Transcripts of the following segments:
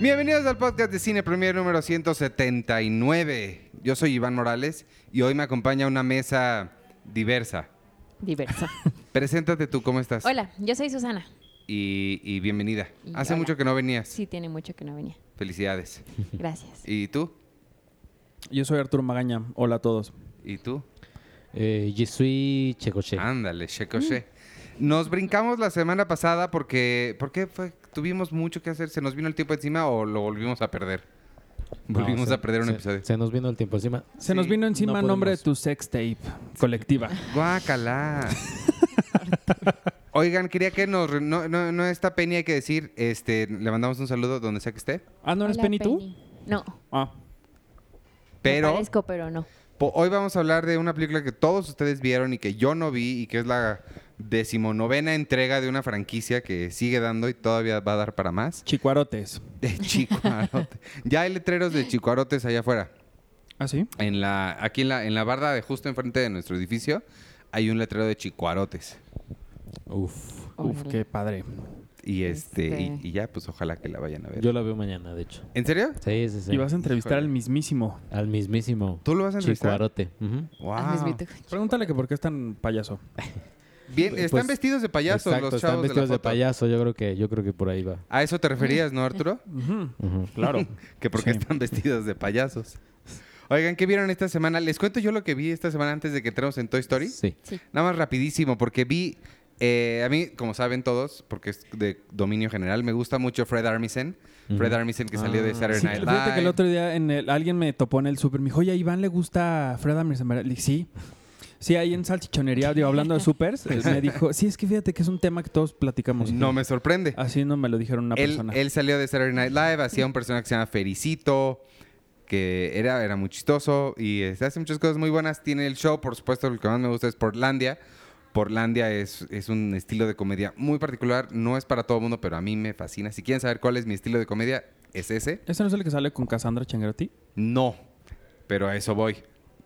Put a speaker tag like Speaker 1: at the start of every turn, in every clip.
Speaker 1: Bienvenidos al podcast de Cine Premier número 179. Yo soy Iván Morales y hoy me acompaña una mesa diversa.
Speaker 2: Diversa.
Speaker 1: Preséntate tú, ¿cómo estás?
Speaker 2: Hola, yo soy Susana.
Speaker 1: Y, y bienvenida.
Speaker 2: Y
Speaker 1: Hace
Speaker 2: hola.
Speaker 1: mucho que no venías.
Speaker 2: Sí, tiene mucho que no venía.
Speaker 1: Felicidades.
Speaker 2: Gracias.
Speaker 1: ¿Y tú?
Speaker 3: Yo soy Arturo Magaña. Hola a todos.
Speaker 1: ¿Y tú?
Speaker 4: Eh, je suis checoche.
Speaker 1: Ándale,
Speaker 2: Mm.
Speaker 1: checo che. Nos brincamos la semana pasada porque ¿por qué fue? Tuvimos mucho que hacer, se nos vino el tiempo encima o lo volvimos a perder.
Speaker 4: No,
Speaker 1: Volvimos
Speaker 4: se-
Speaker 1: a perder un
Speaker 4: se-
Speaker 1: episodio.
Speaker 4: Se nos vino el tiempo encima.
Speaker 3: Se
Speaker 1: Sí,
Speaker 3: nos vino encima
Speaker 4: no
Speaker 3: el nombre de tu
Speaker 4: podemos.
Speaker 3: sex tape colectiva.
Speaker 1: Guácala. Oigan, quería que nos re- no, no, no está Penny, hay que decir, este, le mandamos un saludo donde sea que esté.
Speaker 3: Ah, ¿no eres
Speaker 2: Hola,
Speaker 3: Penny tú?
Speaker 2: No,
Speaker 3: Ah.
Speaker 2: pero...
Speaker 1: Pero
Speaker 2: parezco, pero no.
Speaker 1: po- hoy vamos a hablar de una película que todos ustedes vieron y que yo no vi y que es la decimonovena entrega de una franquicia que sigue dando y todavía va a dar para más.
Speaker 3: Chicuarotes.
Speaker 1: De Chicuarote. ya hay letreros de Chicuarotes allá afuera.
Speaker 3: ¿Ah, sí?
Speaker 1: En la, aquí en la, en la barda de justo enfrente de nuestro edificio hay un letrero de Chicuarotes.
Speaker 4: Uf.
Speaker 3: Uf,
Speaker 2: Órale.
Speaker 3: qué padre.
Speaker 1: Y este,
Speaker 2: Este.
Speaker 1: Y, y ya, pues ojalá que la vayan a ver.
Speaker 4: Yo la veo mañana, de hecho.
Speaker 1: ¿En serio?
Speaker 4: Sí, sí, sí.
Speaker 3: Y vas a entrevistar
Speaker 1: Híjole.
Speaker 3: al mismísimo.
Speaker 4: Al mismísimo
Speaker 1: ¿Tú lo vas a entrevistar?
Speaker 4: Chicuarote. Ujú.
Speaker 1: Wow.
Speaker 2: Ah, mismito.
Speaker 3: Pregúntale que por qué es tan payaso.
Speaker 1: Bien, están
Speaker 4: Pues,
Speaker 1: vestidos de payasos
Speaker 4: Exacto,
Speaker 1: los
Speaker 4: están
Speaker 1: chavos
Speaker 4: vestidos
Speaker 1: de,
Speaker 4: de,
Speaker 1: la foto.
Speaker 4: payaso. Yo creo que, yo creo que por ahí va.
Speaker 1: A eso te referías, ¿no, Arturo?
Speaker 3: Ujú.
Speaker 4: Ujú.
Speaker 3: Claro.
Speaker 1: Que porque
Speaker 3: Sí.
Speaker 1: están vestidos de payasos. Oigan, ¿qué vieron esta semana? Les cuento yo lo que vi esta semana antes de que entremos en Toy Story.
Speaker 4: Sí.
Speaker 2: Sí.
Speaker 1: Nada más rapidísimo, porque vi, eh, a mí, como saben todos, porque es de dominio general, me gusta mucho Fred Armisen. Fred
Speaker 4: Ujú.
Speaker 1: Armisen que salió de
Speaker 4: Ah,
Speaker 1: Saturday
Speaker 3: Sí,
Speaker 1: Night Live.
Speaker 3: fíjate que el otro día en el- alguien me topó en el súper. Me dijo, oye, a Iván le gusta Fred Armisen. ¿verdad?" Le dije, sí. Sí, ahí en salchichonería, digo, hablando de supers, eh, me dijo, sí, es que fíjate que es un tema que todos platicamos.
Speaker 1: No me sorprende.
Speaker 3: Así no me lo dijeron una
Speaker 1: él,
Speaker 3: persona.
Speaker 1: él salió de Saturday Night Live, hacía un personaje que se llama Fericito, que era, era muy chistoso y este, hace muchas cosas muy buenas. Tiene el show, por supuesto, lo que más me gusta es Portlandia. Portlandia es, es un estilo de comedia muy particular, no es para todo el mundo, pero a mí me fascina. Si quieren saber cuál es mi estilo de comedia, es ese.
Speaker 3: ¿Ese no es el que sale con Cassandra Changrati?
Speaker 1: No, pero a eso voy.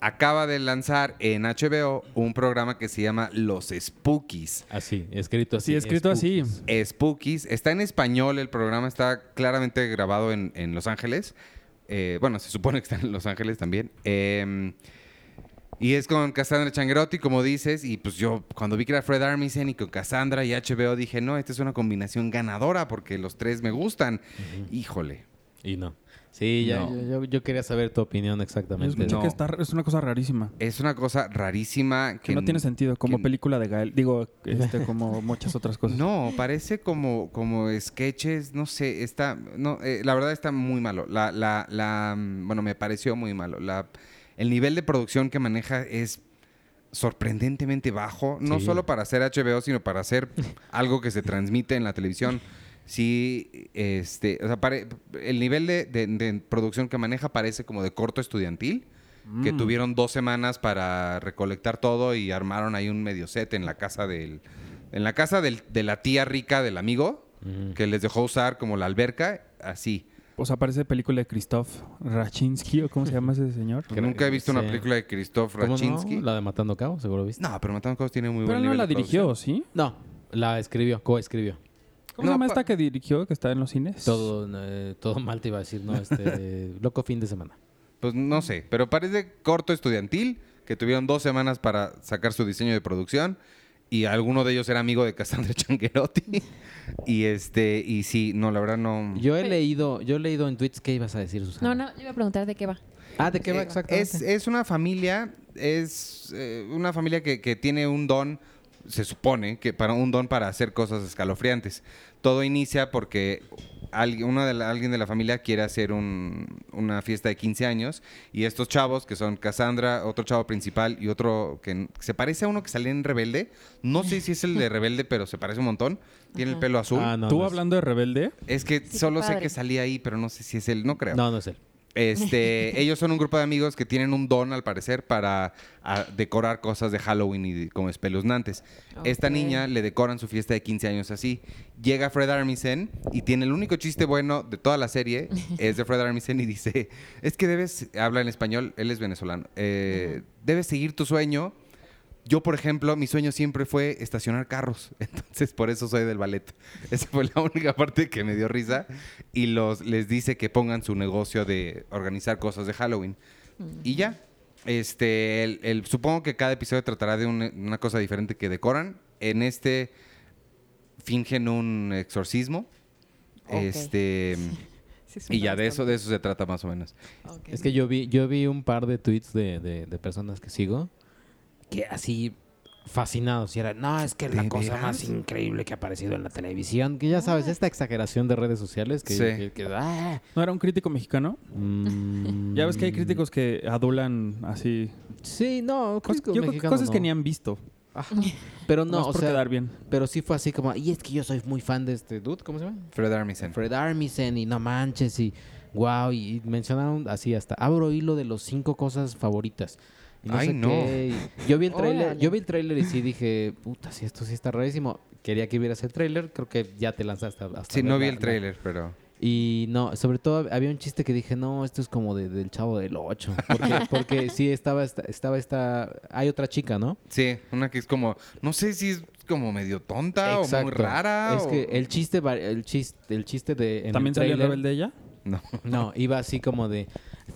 Speaker 1: Acaba de lanzar en HBO un programa que se llama Los Spookies.
Speaker 4: Así, escrito así.
Speaker 3: Sí, escrito así.
Speaker 4: spookies.
Speaker 1: Spookies. Está en español el programa, está claramente grabado en, en Los Ángeles. Eh, bueno, se supone que está en Los Ángeles también. Eh, y es con Cassandra Changrotti, como dices, y pues yo cuando vi que era Fred Armisen y con Cassandra y HBO dije, no, esta es una combinación ganadora porque los tres me gustan. Híjole.
Speaker 4: Y no. Sí, ya,
Speaker 1: No.
Speaker 4: Yo, yo- yo quería saber tu opinión
Speaker 3: Yo
Speaker 4: exactamente.
Speaker 3: escuché
Speaker 1: No.
Speaker 3: que está, es una cosa rarísima.
Speaker 1: Es una cosa rarísima que,
Speaker 3: Que no tiene sentido, como
Speaker 1: que-
Speaker 3: película de Gael. Digo, este, como muchas otras cosas.
Speaker 1: No, parece como, como sketches, no sé, está, no, eh, la verdad está muy malo. La, la, la, mm, bueno, me pareció muy malo. La, el nivel de producción que maneja es sorprendentemente bajo, no
Speaker 4: Sí.
Speaker 1: solo para hacer HBO, sino para hacer algo que se transmite en la televisión. Sí, este, o sea, pare- el nivel de, de- de producción que maneja parece como de corto estudiantil, que
Speaker 3: Mm.
Speaker 1: tuvieron dos semanas para recolectar todo y armaron ahí un medio set en la casa del, en la casa del- de la tía rica del amigo,
Speaker 3: Mm.
Speaker 4: Ujú.
Speaker 1: que les dejó usar como la alberca, así.
Speaker 3: O sea, parece película de Christoph Rachinsky, o cómo se llama ese señor.
Speaker 1: Que nunca he visto una
Speaker 4: Sí.
Speaker 1: película de Christoph
Speaker 4: ¿Cómo no?
Speaker 1: Raczynski. No?
Speaker 4: La de Matando Cabo, seguro viste.
Speaker 1: pero Matando Cosas tiene muy
Speaker 3: Pero
Speaker 1: buen
Speaker 3: no
Speaker 1: nivel
Speaker 3: la
Speaker 1: de
Speaker 3: dirigió, ¿sí?
Speaker 4: No, la escribió, coescribió.
Speaker 3: ¿Cómo
Speaker 1: No,
Speaker 3: se llama
Speaker 1: pa-
Speaker 3: esta que dirigió, que está en los cines?
Speaker 4: Todo, eh, todo mal te iba a decir, no, este, loco fin de semana.
Speaker 1: Pues no sé, pero parece corto estudiantil, que tuvieron dos semanas para sacar su diseño de producción y alguno de ellos era amigo de Cassandra Changuerotti. y este, y sí, no, la verdad no.
Speaker 4: Yo he
Speaker 2: Pero-
Speaker 4: leído, yo he leído en tweets qué ibas a decir, Susana.
Speaker 2: No, no, le iba a preguntar de qué va.
Speaker 4: Ah, ¿de qué va
Speaker 1: Eh,
Speaker 4: exactamente?
Speaker 1: Es, es una familia, es eh, una familia que, que tiene un don, se supone, que para un don para hacer cosas escalofriantes. Todo inicia porque alguien, uno de la- alguien de la familia quiere hacer un- una fiesta de 15 años y estos chavos, que son Cassandra, otro chavo principal y otro que n- se parece a uno que sale en Rebelde, no sé si es el de Rebelde, pero se parece un montón, tiene el
Speaker 2: Ajá.
Speaker 1: pelo azul.
Speaker 4: Ah, no,
Speaker 3: ¿Tú
Speaker 4: no es-
Speaker 3: hablando de Rebelde?
Speaker 1: Es que
Speaker 2: qué
Speaker 1: solo sé
Speaker 2: padre.
Speaker 1: que salía ahí, pero no sé si es él, no creo.
Speaker 4: No, no es él.
Speaker 1: Este, ellos son un grupo de amigos que tienen un don, al parecer, para ah, decorar cosas de Halloween y de- como espeluznantes. Esta
Speaker 2: Ok.
Speaker 1: niña le decoran su fiesta de 15 años así. Llega Fred Armisen y tiene el único chiste bueno de toda la serie, es de Fred Armisen y dice, es que debes, habla en español, él es venezolano, eh, debes seguir tu sueño Yo, por ejemplo, mi sueño siempre fue estacionar carros. Entonces, por eso soy del ballet. Esa fue la única parte que me dio risa. Y los, les dice que pongan su negocio de organizar cosas de Halloween. Y ya. Este, el- el- supongo que cada episodio tratará de un- una cosa diferente que decoran. En este fingen un exorcismo.
Speaker 2: Ok.
Speaker 1: Este.
Speaker 2: Sí, es
Speaker 1: Y
Speaker 2: una
Speaker 1: ya de eso,
Speaker 2: respuesta.
Speaker 1: de eso se trata más o menos.
Speaker 2: Ok.
Speaker 4: Es que yo vi, yo vi un par de tweets de, de- de personas que sigo que así fascinados y era, no, es que la
Speaker 1: ¿De
Speaker 4: cosa
Speaker 1: veras?
Speaker 4: más increíble que ha aparecido en la televisión, que ya sabes,
Speaker 2: Ah.
Speaker 4: esta exageración de redes sociales que...
Speaker 1: Sí.
Speaker 4: que- que- ah.
Speaker 3: ¿No era un crítico mexicano?
Speaker 4: Mm.
Speaker 3: Ya ves que hay críticos que adulan así.
Speaker 4: Sí, no,
Speaker 3: Cos-
Speaker 4: crítico
Speaker 3: yo creo que
Speaker 4: mexicano
Speaker 3: cosas que
Speaker 4: no.
Speaker 3: ni han visto.
Speaker 4: Ajá. Pero
Speaker 3: No,
Speaker 4: no, o
Speaker 3: por
Speaker 4: sea,
Speaker 3: quedar bien.
Speaker 4: pero sí fue así como, y es que yo soy muy fan de este dude, ¿cómo se llama?
Speaker 1: Fred Armisen.
Speaker 4: Fred Armisen y no manches y wow y mencionaron así hasta abro hilo de los cinco cosas favoritas. Y
Speaker 1: Ay, no.
Speaker 4: qué, y Yo vi el tráiler,
Speaker 2: Órale.
Speaker 4: yo vi el tráiler y sí dije, puta, si esto sí está rarísimo. Quería que vieras el tráiler, creo que ya te lanzaste hasta
Speaker 1: Sí,
Speaker 4: ver
Speaker 1: no vi
Speaker 4: la-
Speaker 1: el
Speaker 4: la-
Speaker 1: tráiler, pero.
Speaker 4: Y no, sobre todo había un chiste que dije, no, esto es como de- del chavo del 8, porque, porque sí estaba esta, estaba esta hay otra chica, ¿no?
Speaker 1: Sí, una que es como. No sé si es como medio tonta o muy
Speaker 4: Exacto.
Speaker 1: rara.
Speaker 4: Es
Speaker 1: o-
Speaker 4: que el chiste va- el chiste el chiste de en el
Speaker 3: ¿También salió el
Speaker 4: tráiler-
Speaker 3: rebelde ella?
Speaker 1: No.
Speaker 4: No, iba así como de,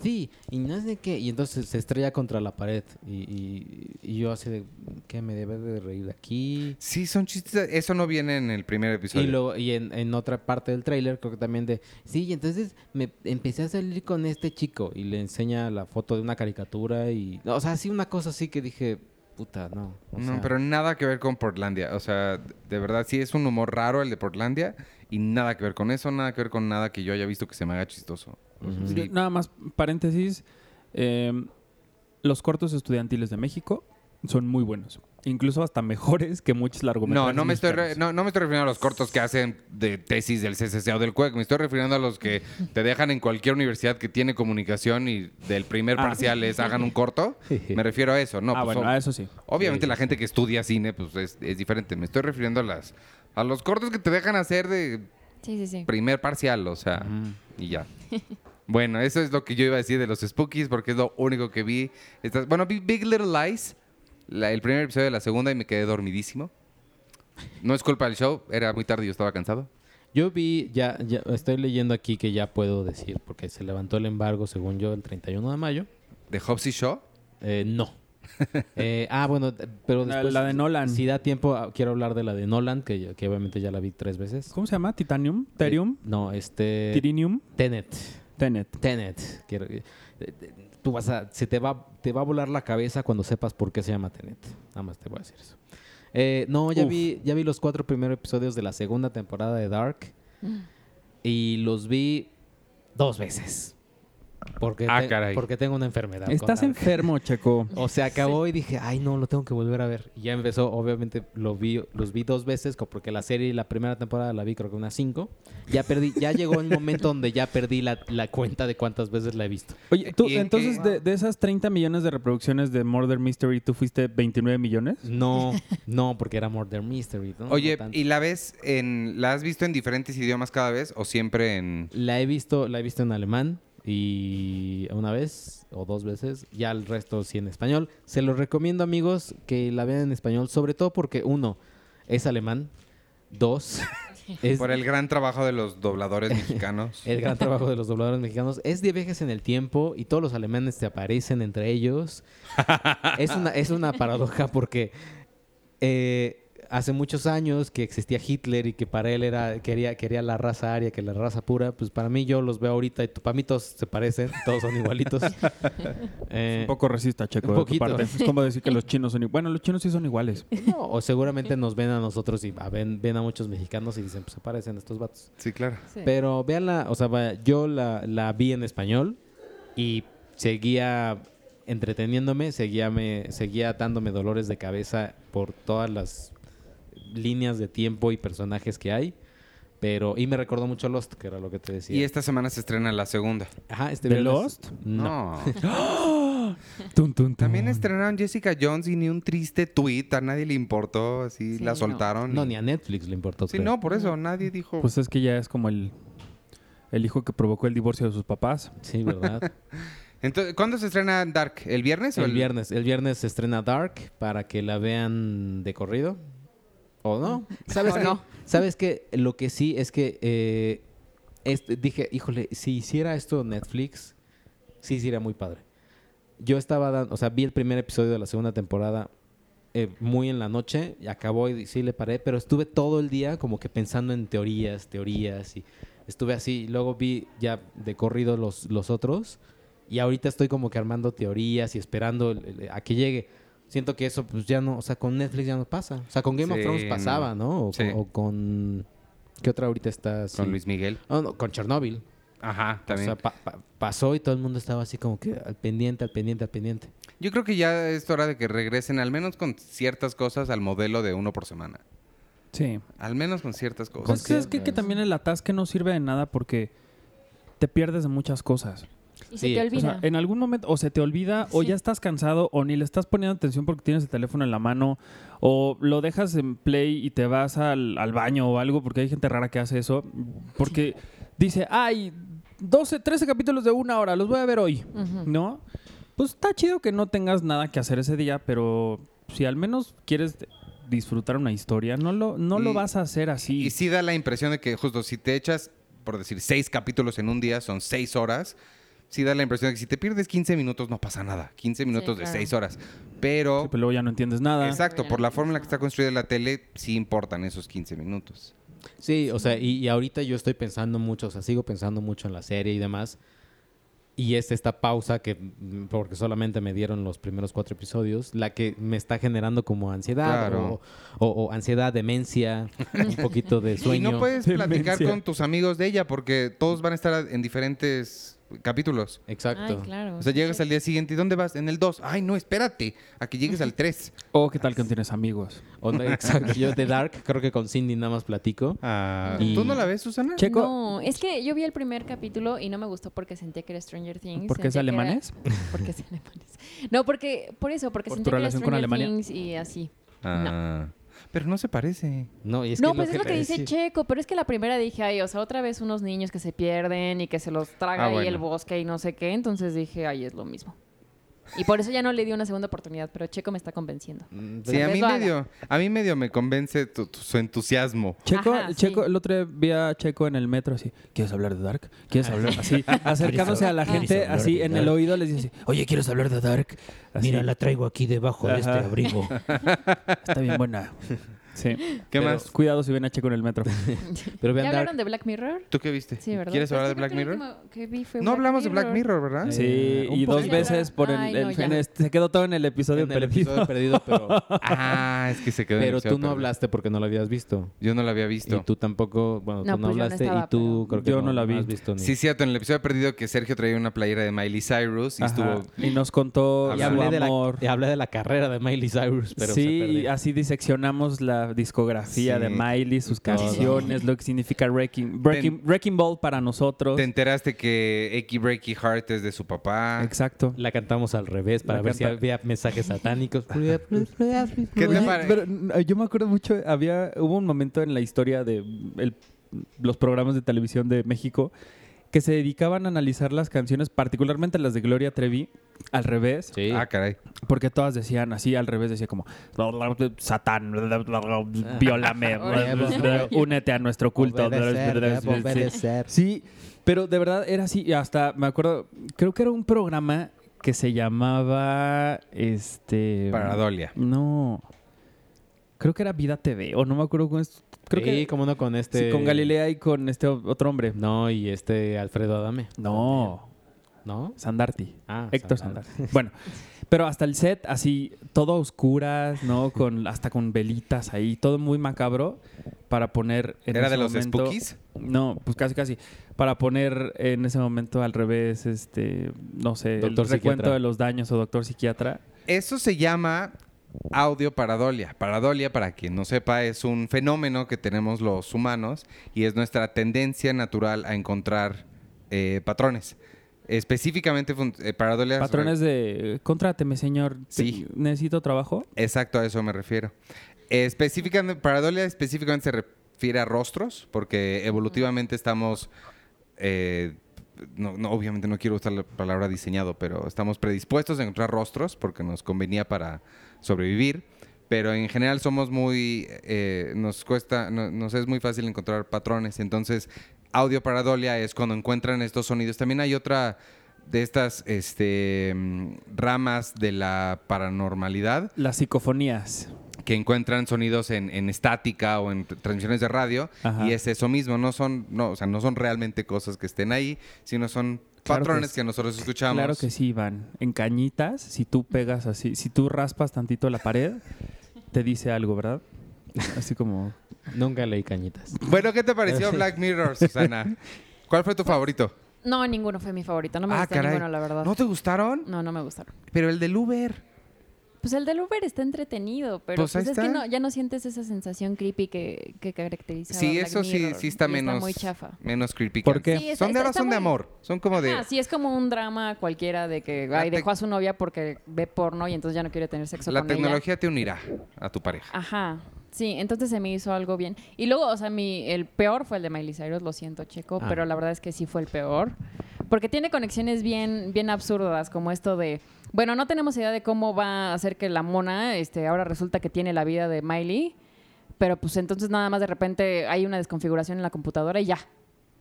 Speaker 4: sí, y no sé qué. Y entonces se estrella contra la pared. Y, y- y yo así de, ¿qué me debe de reír de aquí?
Speaker 1: Sí, son chistes. Eso no viene en el primer episodio.
Speaker 4: Y, luego, y en, en otra parte del tráiler creo que también de, sí, y entonces me empecé a salir con este chico. Y le enseña la foto de una caricatura y... O sea, sí, una cosa así que dije, puta, no. o
Speaker 1: no,
Speaker 4: sea,
Speaker 1: pero nada que ver con Portlandia. O sea, de verdad, sí es un humor raro el de Portlandia. Y nada que ver con eso, nada que ver con nada que yo haya visto que se me haga chistoso.
Speaker 4: ujú.
Speaker 3: Yo- Nada más, paréntesis. eh, los cortos estudiantiles de México son muy buenos. Incluso hasta mejores que muchos largometrajes.
Speaker 1: No, no me, estoy re-
Speaker 3: mexicanos.
Speaker 1: no, no me estoy refiriendo a los cortos que hacen de tesis del CCC o del CUEC. Me estoy refiriendo a los que te dejan en cualquier universidad que tiene comunicación y del primer
Speaker 3: Ah.
Speaker 1: parcial les hagan un corto. Me refiero a eso. No,
Speaker 3: ah,
Speaker 1: pues,
Speaker 3: bueno,
Speaker 1: ob-
Speaker 3: a eso sí.
Speaker 1: Obviamente
Speaker 4: Sí,
Speaker 1: la
Speaker 4: sí,
Speaker 1: gente que estudia cine pues es, es diferente. Me estoy refiriendo a las a los cortos que te dejan hacer de
Speaker 2: Sí, sí, sí.
Speaker 1: primer parcial, o sea,
Speaker 4: Ujú.
Speaker 1: y ya. Bueno, eso es lo que yo iba a decir de los Spookies porque es lo único que vi. Estas- bueno, vi Big Little Lies, la- el primer episodio de la segunda y me quedé dormidísimo. No es culpa del show, era muy tarde y yo estaba cansado.
Speaker 4: Yo vi, ya, ya estoy leyendo aquí que ya puedo decir, porque se levantó el embargo, según yo, el 31 de mayo.
Speaker 1: De Hobbs y Shaw.
Speaker 4: Eh, no. Eh, ah, bueno, t- pero
Speaker 3: La-
Speaker 4: después,
Speaker 3: la de Nolan.
Speaker 4: Si da tiempo, ah, quiero hablar de la de Nolan, que, yo- que obviamente ya la vi tres veces.
Speaker 3: Eh, ¿Cómo se llama? ¿Titanium? ¿Terium?
Speaker 4: Eh, no, este.
Speaker 3: ¿Tirinium?
Speaker 4: Tenet.
Speaker 3: Tenet.
Speaker 4: Tenet. Quiero- eh, eh, tú vas a. Se te va, te va a volar la cabeza cuando sepas por qué se llama Tenet. Nada más te voy a decir eso. Eh, no, ya
Speaker 3: Uf.
Speaker 4: vi, ya vi los cuatro primeros episodios de la segunda temporada de Dark. Y los vi dos veces. Porque,
Speaker 1: Ah,
Speaker 4: te-
Speaker 1: caray.
Speaker 4: porque tengo una enfermedad. con
Speaker 3: Estás
Speaker 4: Dark.
Speaker 3: enfermo, Checo.
Speaker 4: O sea, acabó y dije, ay, no, lo tengo que volver a ver. Y ya empezó, obviamente, lo vi, los vi dos veces, co- porque la serie, la primera temporada la vi creo que unas cinco. Ya perdí, ya llegó el momento donde ya perdí la, la cuenta de cuántas veces la he visto.
Speaker 3: Oye, tú,
Speaker 1: ¿Y en
Speaker 3: entonces,
Speaker 1: qué?
Speaker 3: de, de esas 30 millones de reproducciones de Murder Mystery, ¿tú fuiste 29 millones?
Speaker 4: No, no, porque era Murder Mystery, ¿no?
Speaker 1: Oye,
Speaker 4: No tanto.
Speaker 1: ¿y la ves en la has visto en diferentes idiomas cada vez o siempre en
Speaker 4: La he visto, la he visto en alemán y una vez o dos veces, ya el resto sí en español. Se los recomiendo amigos que la vean en español, sobre todo porque uno es alemán, dos es
Speaker 1: por el gran trabajo de los dobladores mexicanos?
Speaker 4: el gran trabajo de los dobladores mexicanos es de viajes en el tiempo y todos los alemanes te aparecen entre ellos. es, una, es una paradoja porque eh, hace muchos años que existía Hitler y que para él era quería, quería la raza aria, que la raza pura, pues para mí yo los veo ahorita y tu- para mí todos se parecen, todos son igualitos. Eh,
Speaker 3: Un poco racista, Checo,
Speaker 4: un
Speaker 3: de tu
Speaker 4: poquito.
Speaker 3: parte. Es como decir que los chinos son iguales. Bueno, los chinos sí son iguales.
Speaker 4: no, o seguramente nos ven a nosotros y a- ven, ven a muchos mexicanos y dicen, pues se parecen estos vatos.
Speaker 1: Sí, claro.
Speaker 2: Sí.
Speaker 4: Pero véanla, o sea, vaya, yo la, la vi en español y seguía entreteniéndome, seguía, me, seguía dándome dolores de cabeza por todas las líneas de tiempo y personajes que hay. Pero, y me recordó mucho Lost, que era lo que te decía.
Speaker 1: Y esta semana se estrena la segunda.
Speaker 4: Ajá, este
Speaker 3: ¿De
Speaker 4: viernes-
Speaker 3: Lost?
Speaker 4: No.
Speaker 3: Tun, tun, tun.
Speaker 4: Mm.
Speaker 1: También estrenaron Jessica Jones y ni un triste tweet, a nadie le importó, así
Speaker 2: Sí,
Speaker 1: la
Speaker 2: no.
Speaker 1: soltaron.
Speaker 4: No,
Speaker 1: y-
Speaker 4: ni a Netflix le importó.
Speaker 1: Sí,
Speaker 4: creo.
Speaker 1: no, por eso nadie dijo.
Speaker 3: Pues es que ya es como el, el hijo que provocó el divorcio de sus papás.
Speaker 4: Sí, ¿verdad?
Speaker 1: Entonces, ¿cuándo se estrena Dark? ¿El viernes o
Speaker 4: El viernes, el viernes se estrena Dark para que la vean de corrido. ¿O no? ¿Sabes
Speaker 2: O
Speaker 4: qué?
Speaker 2: no.
Speaker 4: ¿Sabes qué? Lo que sí es que eh, este- dije, híjole, si hiciera esto Netflix, sí sería muy padre. Yo estaba dando, o sea, vi el primer episodio de la segunda temporada eh, muy en la noche, y acabó y sí le paré, pero estuve todo el día como que pensando en teorías, teorías, y estuve así, y luego vi ya de corrido los, los otros, y ahorita estoy como que armando teorías y esperando el- el- a que llegue. Siento que eso pues ya no, o sea, con Netflix ya no pasa. O sea, con Game of
Speaker 1: Sí,
Speaker 4: Thrones pasaba,
Speaker 1: no.
Speaker 4: ¿no? O,
Speaker 1: Sí.
Speaker 4: con, o con- ¿Qué otra ahorita está así?
Speaker 1: Con Luis Miguel.
Speaker 4: Ah, no, con Chernóbil.
Speaker 1: Ajá, también.
Speaker 4: O sea, pa- pa- pasó y todo el mundo estaba así como que al pendiente, al pendiente, al pendiente.
Speaker 1: Yo creo que ya es hora de que regresen, al menos con ciertas cosas, al modelo de uno por semana.
Speaker 3: Sí.
Speaker 1: Al menos con ciertas
Speaker 3: Pues
Speaker 1: cosas.
Speaker 3: es que, es que- que también el atasque no sirve de nada porque te pierdes de muchas cosas.
Speaker 2: Y
Speaker 4: Sí,
Speaker 2: se te
Speaker 4: o
Speaker 3: O
Speaker 2: olvida.
Speaker 3: sea, en algún momento o se te olvida o
Speaker 2: Sí.
Speaker 3: ya estás cansado o ni le estás poniendo atención porque tienes el teléfono en la mano o lo dejas en play y te vas al, al baño o algo porque hay gente rara que hace eso porque dice, ay, 12, 13 capítulos de una hora, los voy a ver hoy,
Speaker 2: Ujú.
Speaker 3: ¿no? Pues está chido que no tengas nada que hacer ese día, pero si al menos quieres disfrutar una historia, no lo, no lo
Speaker 1: Y-
Speaker 3: vas a hacer así.
Speaker 1: Y sí da la impresión de que justo si te echas, por decir, seis capítulos en un día, son seis horas, sí da la impresión de que si te pierdes 15 minutos no pasa nada. 15 minutos de
Speaker 2: claro.
Speaker 1: seis horas. Pero,
Speaker 3: Sí, pero luego ya no entiendes nada.
Speaker 1: exacto,
Speaker 2: Ya
Speaker 1: por
Speaker 2: no
Speaker 1: la
Speaker 2: pasa
Speaker 1: forma en la que
Speaker 2: nada.
Speaker 1: está construida la tele, sí importan esos 15 minutos.
Speaker 4: Sí, o sea, y, y ahorita yo estoy pensando mucho, o sea, sigo pensando mucho en la serie y demás. Y es esta pausa que, mm, porque solamente me dieron los primeros cuatro episodios, la que me está generando como ansiedad
Speaker 1: Claro.
Speaker 4: o, o- o ansiedad, demencia, un poquito de sueño.
Speaker 1: Y no puedes platicar
Speaker 3: Demencia.
Speaker 1: con tus amigos de ella porque todos van a estar en diferentes capítulos.
Speaker 4: Exacto.
Speaker 2: Ay, claro.
Speaker 1: O sea,
Speaker 2: sí,
Speaker 1: llegas
Speaker 2: sí.
Speaker 1: al día siguiente, ¿y dónde vas? En el 2. Ay, no, espérate, a que llegues al 3.
Speaker 3: O qué tal que no tienes amigos.
Speaker 4: O no, exacto. Yo de Dark creo que con Cindy nada más platico. Y-
Speaker 1: ¿Tú no la ves, Susana?
Speaker 3: Che- Checo-
Speaker 2: No, es que yo vi el primer capítulo y no me gustó porque sentía que era Stranger Things.
Speaker 3: ¿Porque es
Speaker 2: sentía que era-
Speaker 3: alemanes?
Speaker 2: Porque es alemanes. No, porque, por eso, porque
Speaker 3: ¿Por tu
Speaker 2: sentía que era
Speaker 3: relación con
Speaker 2: Stranger
Speaker 3: Alemania?
Speaker 2: Things y así.
Speaker 1: Ah, Pero no se parece.
Speaker 4: No, y es
Speaker 2: no,
Speaker 4: que
Speaker 2: pues es lo que
Speaker 4: te
Speaker 2: dice
Speaker 4: decía.
Speaker 2: Checo, pero es que la primera dije, ay, o sea, otra vez unos niños que se pierden y que se los traga
Speaker 1: Ah,
Speaker 2: ahí
Speaker 1: bueno.
Speaker 2: el bosque y no sé qué, entonces dije, ay, es lo mismo. Y por eso ya no le di una segunda oportunidad, pero Checo me está convenciendo.
Speaker 4: Mm,
Speaker 1: Sí, a
Speaker 2: vez
Speaker 1: mí,
Speaker 2: lo haga.
Speaker 1: medio, a mí medio me convence tu- tu- su entusiasmo.
Speaker 3: Checo,
Speaker 2: Ajá, sí.
Speaker 3: Checo, el otro día vi a Checo en el metro así, ¿quieres hablar de Dark?
Speaker 2: Ah.
Speaker 3: ¿Quieres hablar así? Acercándose a la
Speaker 2: ¿Quieres
Speaker 3: gente
Speaker 5: hablar
Speaker 3: así
Speaker 5: de
Speaker 3: en el
Speaker 5: Dark?
Speaker 3: oído les dice, oye, ¿quieres hablar de Dark? Así,
Speaker 5: Mira, la traigo aquí debajo de este
Speaker 3: Ah, Ajá.
Speaker 5: abrigo.
Speaker 3: está bien buena. Sí.
Speaker 1: ¿Qué
Speaker 3: Pero
Speaker 1: más?
Speaker 3: Cuidado si ven a Checo en el metro.
Speaker 4: Pero
Speaker 2: ¿Ya
Speaker 4: vean Dark.
Speaker 2: hablaron de Black Mirror?
Speaker 1: ¿Tú qué viste?
Speaker 2: Sí, ¿verdad?
Speaker 1: ¿Quieres
Speaker 2: Pues
Speaker 1: hablar de
Speaker 2: yo creo
Speaker 1: Black
Speaker 2: que el
Speaker 1: Mirror?
Speaker 2: último que vi fue
Speaker 1: No
Speaker 2: Black
Speaker 1: hablamos de Black Mirror, ¿verdad?
Speaker 3: Sí,
Speaker 4: un
Speaker 3: y dos
Speaker 4: poquito.
Speaker 3: veces por el,
Speaker 2: Eh, Ay,
Speaker 3: el-
Speaker 2: no, ya.
Speaker 3: en este- se quedó todo en el episodio
Speaker 4: en el
Speaker 3: perdido.
Speaker 4: episodio perdido, pero,
Speaker 1: Ah, es que se quedó en el
Speaker 4: pero tú
Speaker 1: episodio
Speaker 4: no
Speaker 1: perdido.
Speaker 4: hablaste porque no lo habías visto.
Speaker 1: Yo no la había
Speaker 4: Y
Speaker 1: visto.
Speaker 4: tú tampoco, bueno,
Speaker 2: No,
Speaker 4: tú no
Speaker 2: pues yo no
Speaker 4: hablaste y
Speaker 2: estaba,
Speaker 4: tú
Speaker 2: pero-
Speaker 4: creo que
Speaker 3: Yo no la vi.
Speaker 4: has visto ni-
Speaker 1: Sí, cierto, en el episodio perdido que Sergio traía una playera de Miley Cyrus y
Speaker 3: Ajá.
Speaker 1: estuvo...
Speaker 3: Y nos contó
Speaker 4: Y
Speaker 1: Habla-
Speaker 3: su
Speaker 4: hablé, de la,
Speaker 3: amor.
Speaker 4: y hablé de la carrera de Miley Cyrus, pero se
Speaker 3: sí,
Speaker 4: perdió.
Speaker 3: y así diseccionamos la discografía
Speaker 1: Sí.
Speaker 3: de Miley, sus
Speaker 4: Todo.
Speaker 3: canciones, lo que significa Wrecking, Wrecking, Wrecking Ball para nosotros.
Speaker 1: Te enteraste que Eki Breaky Heart es de su papá.
Speaker 3: Exacto.
Speaker 4: la cantamos al revés para
Speaker 3: La
Speaker 4: ver si
Speaker 3: canta-
Speaker 4: había mensajes satánicos.
Speaker 1: ¿Qué te
Speaker 3: Oye,
Speaker 1: pare-
Speaker 3: pero, mm, yo me acuerdo mucho, había, hubo un momento en la historia de mm, el- los programas de televisión de México que se dedicaban a analizar las canciones, particularmente las de Gloria Trevi, al revés,
Speaker 4: sí.
Speaker 1: Ah, caray.
Speaker 3: porque todas decían así, al revés decía como Satán, violame, únete a nuestro culto. Sí, pero de verdad era así. y Hasta me acuerdo, creo que era un programa que se llamaba este.
Speaker 1: Paradolia.
Speaker 3: No. Creo que era Vida TV, o no me acuerdo con esto. Creo
Speaker 4: sí,
Speaker 3: que
Speaker 4: como no con este...
Speaker 3: sí, con Galilea y con este o- otro hombre.
Speaker 4: No, y este Alfredo Adame.
Speaker 3: No,
Speaker 4: ¿No?
Speaker 3: Sandarti.
Speaker 4: Ah,
Speaker 3: Héctor
Speaker 4: Sandarti.
Speaker 3: Sandarti. Bueno, pero hasta el set así, todo a oscuras, ¿no? Con, hasta con velitas ahí, todo muy macabro para poner en
Speaker 1: ¿Era
Speaker 3: ese
Speaker 1: de los
Speaker 3: momento-
Speaker 1: Spookies?
Speaker 3: No, pues casi casi. Para poner en ese momento al revés, este, no sé,
Speaker 4: Doctor
Speaker 3: el recuento
Speaker 4: psiquiatra.
Speaker 3: de los daños o doctor psiquiatra.
Speaker 1: Eso se llama audio paradolia. Paradolia, para quien no sepa, es un fenómeno que tenemos los humanos y es nuestra tendencia natural a encontrar eh, patrones. Específicamente, fun- eh, paradolia.
Speaker 3: Patrones de, contráteme señor,
Speaker 1: Sí.
Speaker 3: Te- necesito trabajo.
Speaker 1: Exacto, a eso me refiero. Específicamente, paradolia específicamente se refiere a rostros, porque evolutivamente estamos eh, no, no, obviamente no quiero usar la palabra diseñado, pero estamos predispuestos a encontrar rostros porque nos convenía para sobrevivir. Pero en general somos muy, eh, nos cuesta, no- nos es muy fácil encontrar patrones. Entonces, audio paradolia es cuando encuentran estos sonidos. También hay otra de estas este, mm, ramas de la paranormalidad
Speaker 3: Las psicofonías.
Speaker 1: que encuentran sonidos en, en estática o en tr- transmisiones de radio
Speaker 3: Ajá.
Speaker 1: y es eso mismo, no son, no, o sea, no son realmente cosas que estén ahí, sino son
Speaker 3: Claro que
Speaker 1: patrones
Speaker 3: sí.
Speaker 1: que, nosotros escuchamos.
Speaker 3: Claro que sí, Iván. En cañitas, si tú pegas así, si tú raspas tantito la pared, te dice algo, ¿verdad? Así como...
Speaker 4: Nunca leí cañitas.
Speaker 1: Bueno, ¿qué te pareció Black Mirror, Susana? ¿Cuál fue tu favorito?
Speaker 2: No, ninguno fue mi favorito. No me gustó ninguno, la verdad.
Speaker 1: Ah,
Speaker 2: Mm.
Speaker 1: ¿No te gustaron?
Speaker 2: No, no me gustaron.
Speaker 1: Pero el del Uber.
Speaker 2: Pues el del Uber está entretenido, pero
Speaker 1: Pues
Speaker 2: pues,
Speaker 1: ahí
Speaker 2: es que
Speaker 1: está.
Speaker 2: no, ya no sientes esa sensación creepy que, que caracteriza a
Speaker 1: sí,
Speaker 2: Black
Speaker 1: eso sí,
Speaker 2: Mirror,
Speaker 1: sí está
Speaker 2: y
Speaker 1: menos,
Speaker 2: muy chafa.
Speaker 1: menos creepy.
Speaker 3: ¿Por
Speaker 1: que
Speaker 3: qué?
Speaker 1: antes.
Speaker 2: Sí, está-
Speaker 1: son de
Speaker 2: está-
Speaker 1: ahora,
Speaker 2: está
Speaker 1: son de
Speaker 2: muy-
Speaker 1: amor, son como de...
Speaker 2: Ah, sí, es como un drama cualquiera de que
Speaker 1: La
Speaker 2: ay,
Speaker 1: tec-
Speaker 2: dejó a su novia porque ve porno y entonces ya no quiere tener sexo
Speaker 1: la
Speaker 2: con ella.
Speaker 1: tecnología te unirá a tu pareja.
Speaker 2: Ajá. Sí, entonces se me hizo algo bien. Y luego, o sea, mi, el peor fue el de Miley Cyrus, lo siento, Checo,
Speaker 4: Ah.
Speaker 2: pero la verdad es que sí fue el peor. Porque tiene conexiones bien, bien absurdas, como esto de, bueno, no tenemos idea de cómo va a hacer que la mona, este, ahora resulta que tiene la vida de Miley, pero pues entonces nada más de repente hay una desconfiguración en la computadora y ya,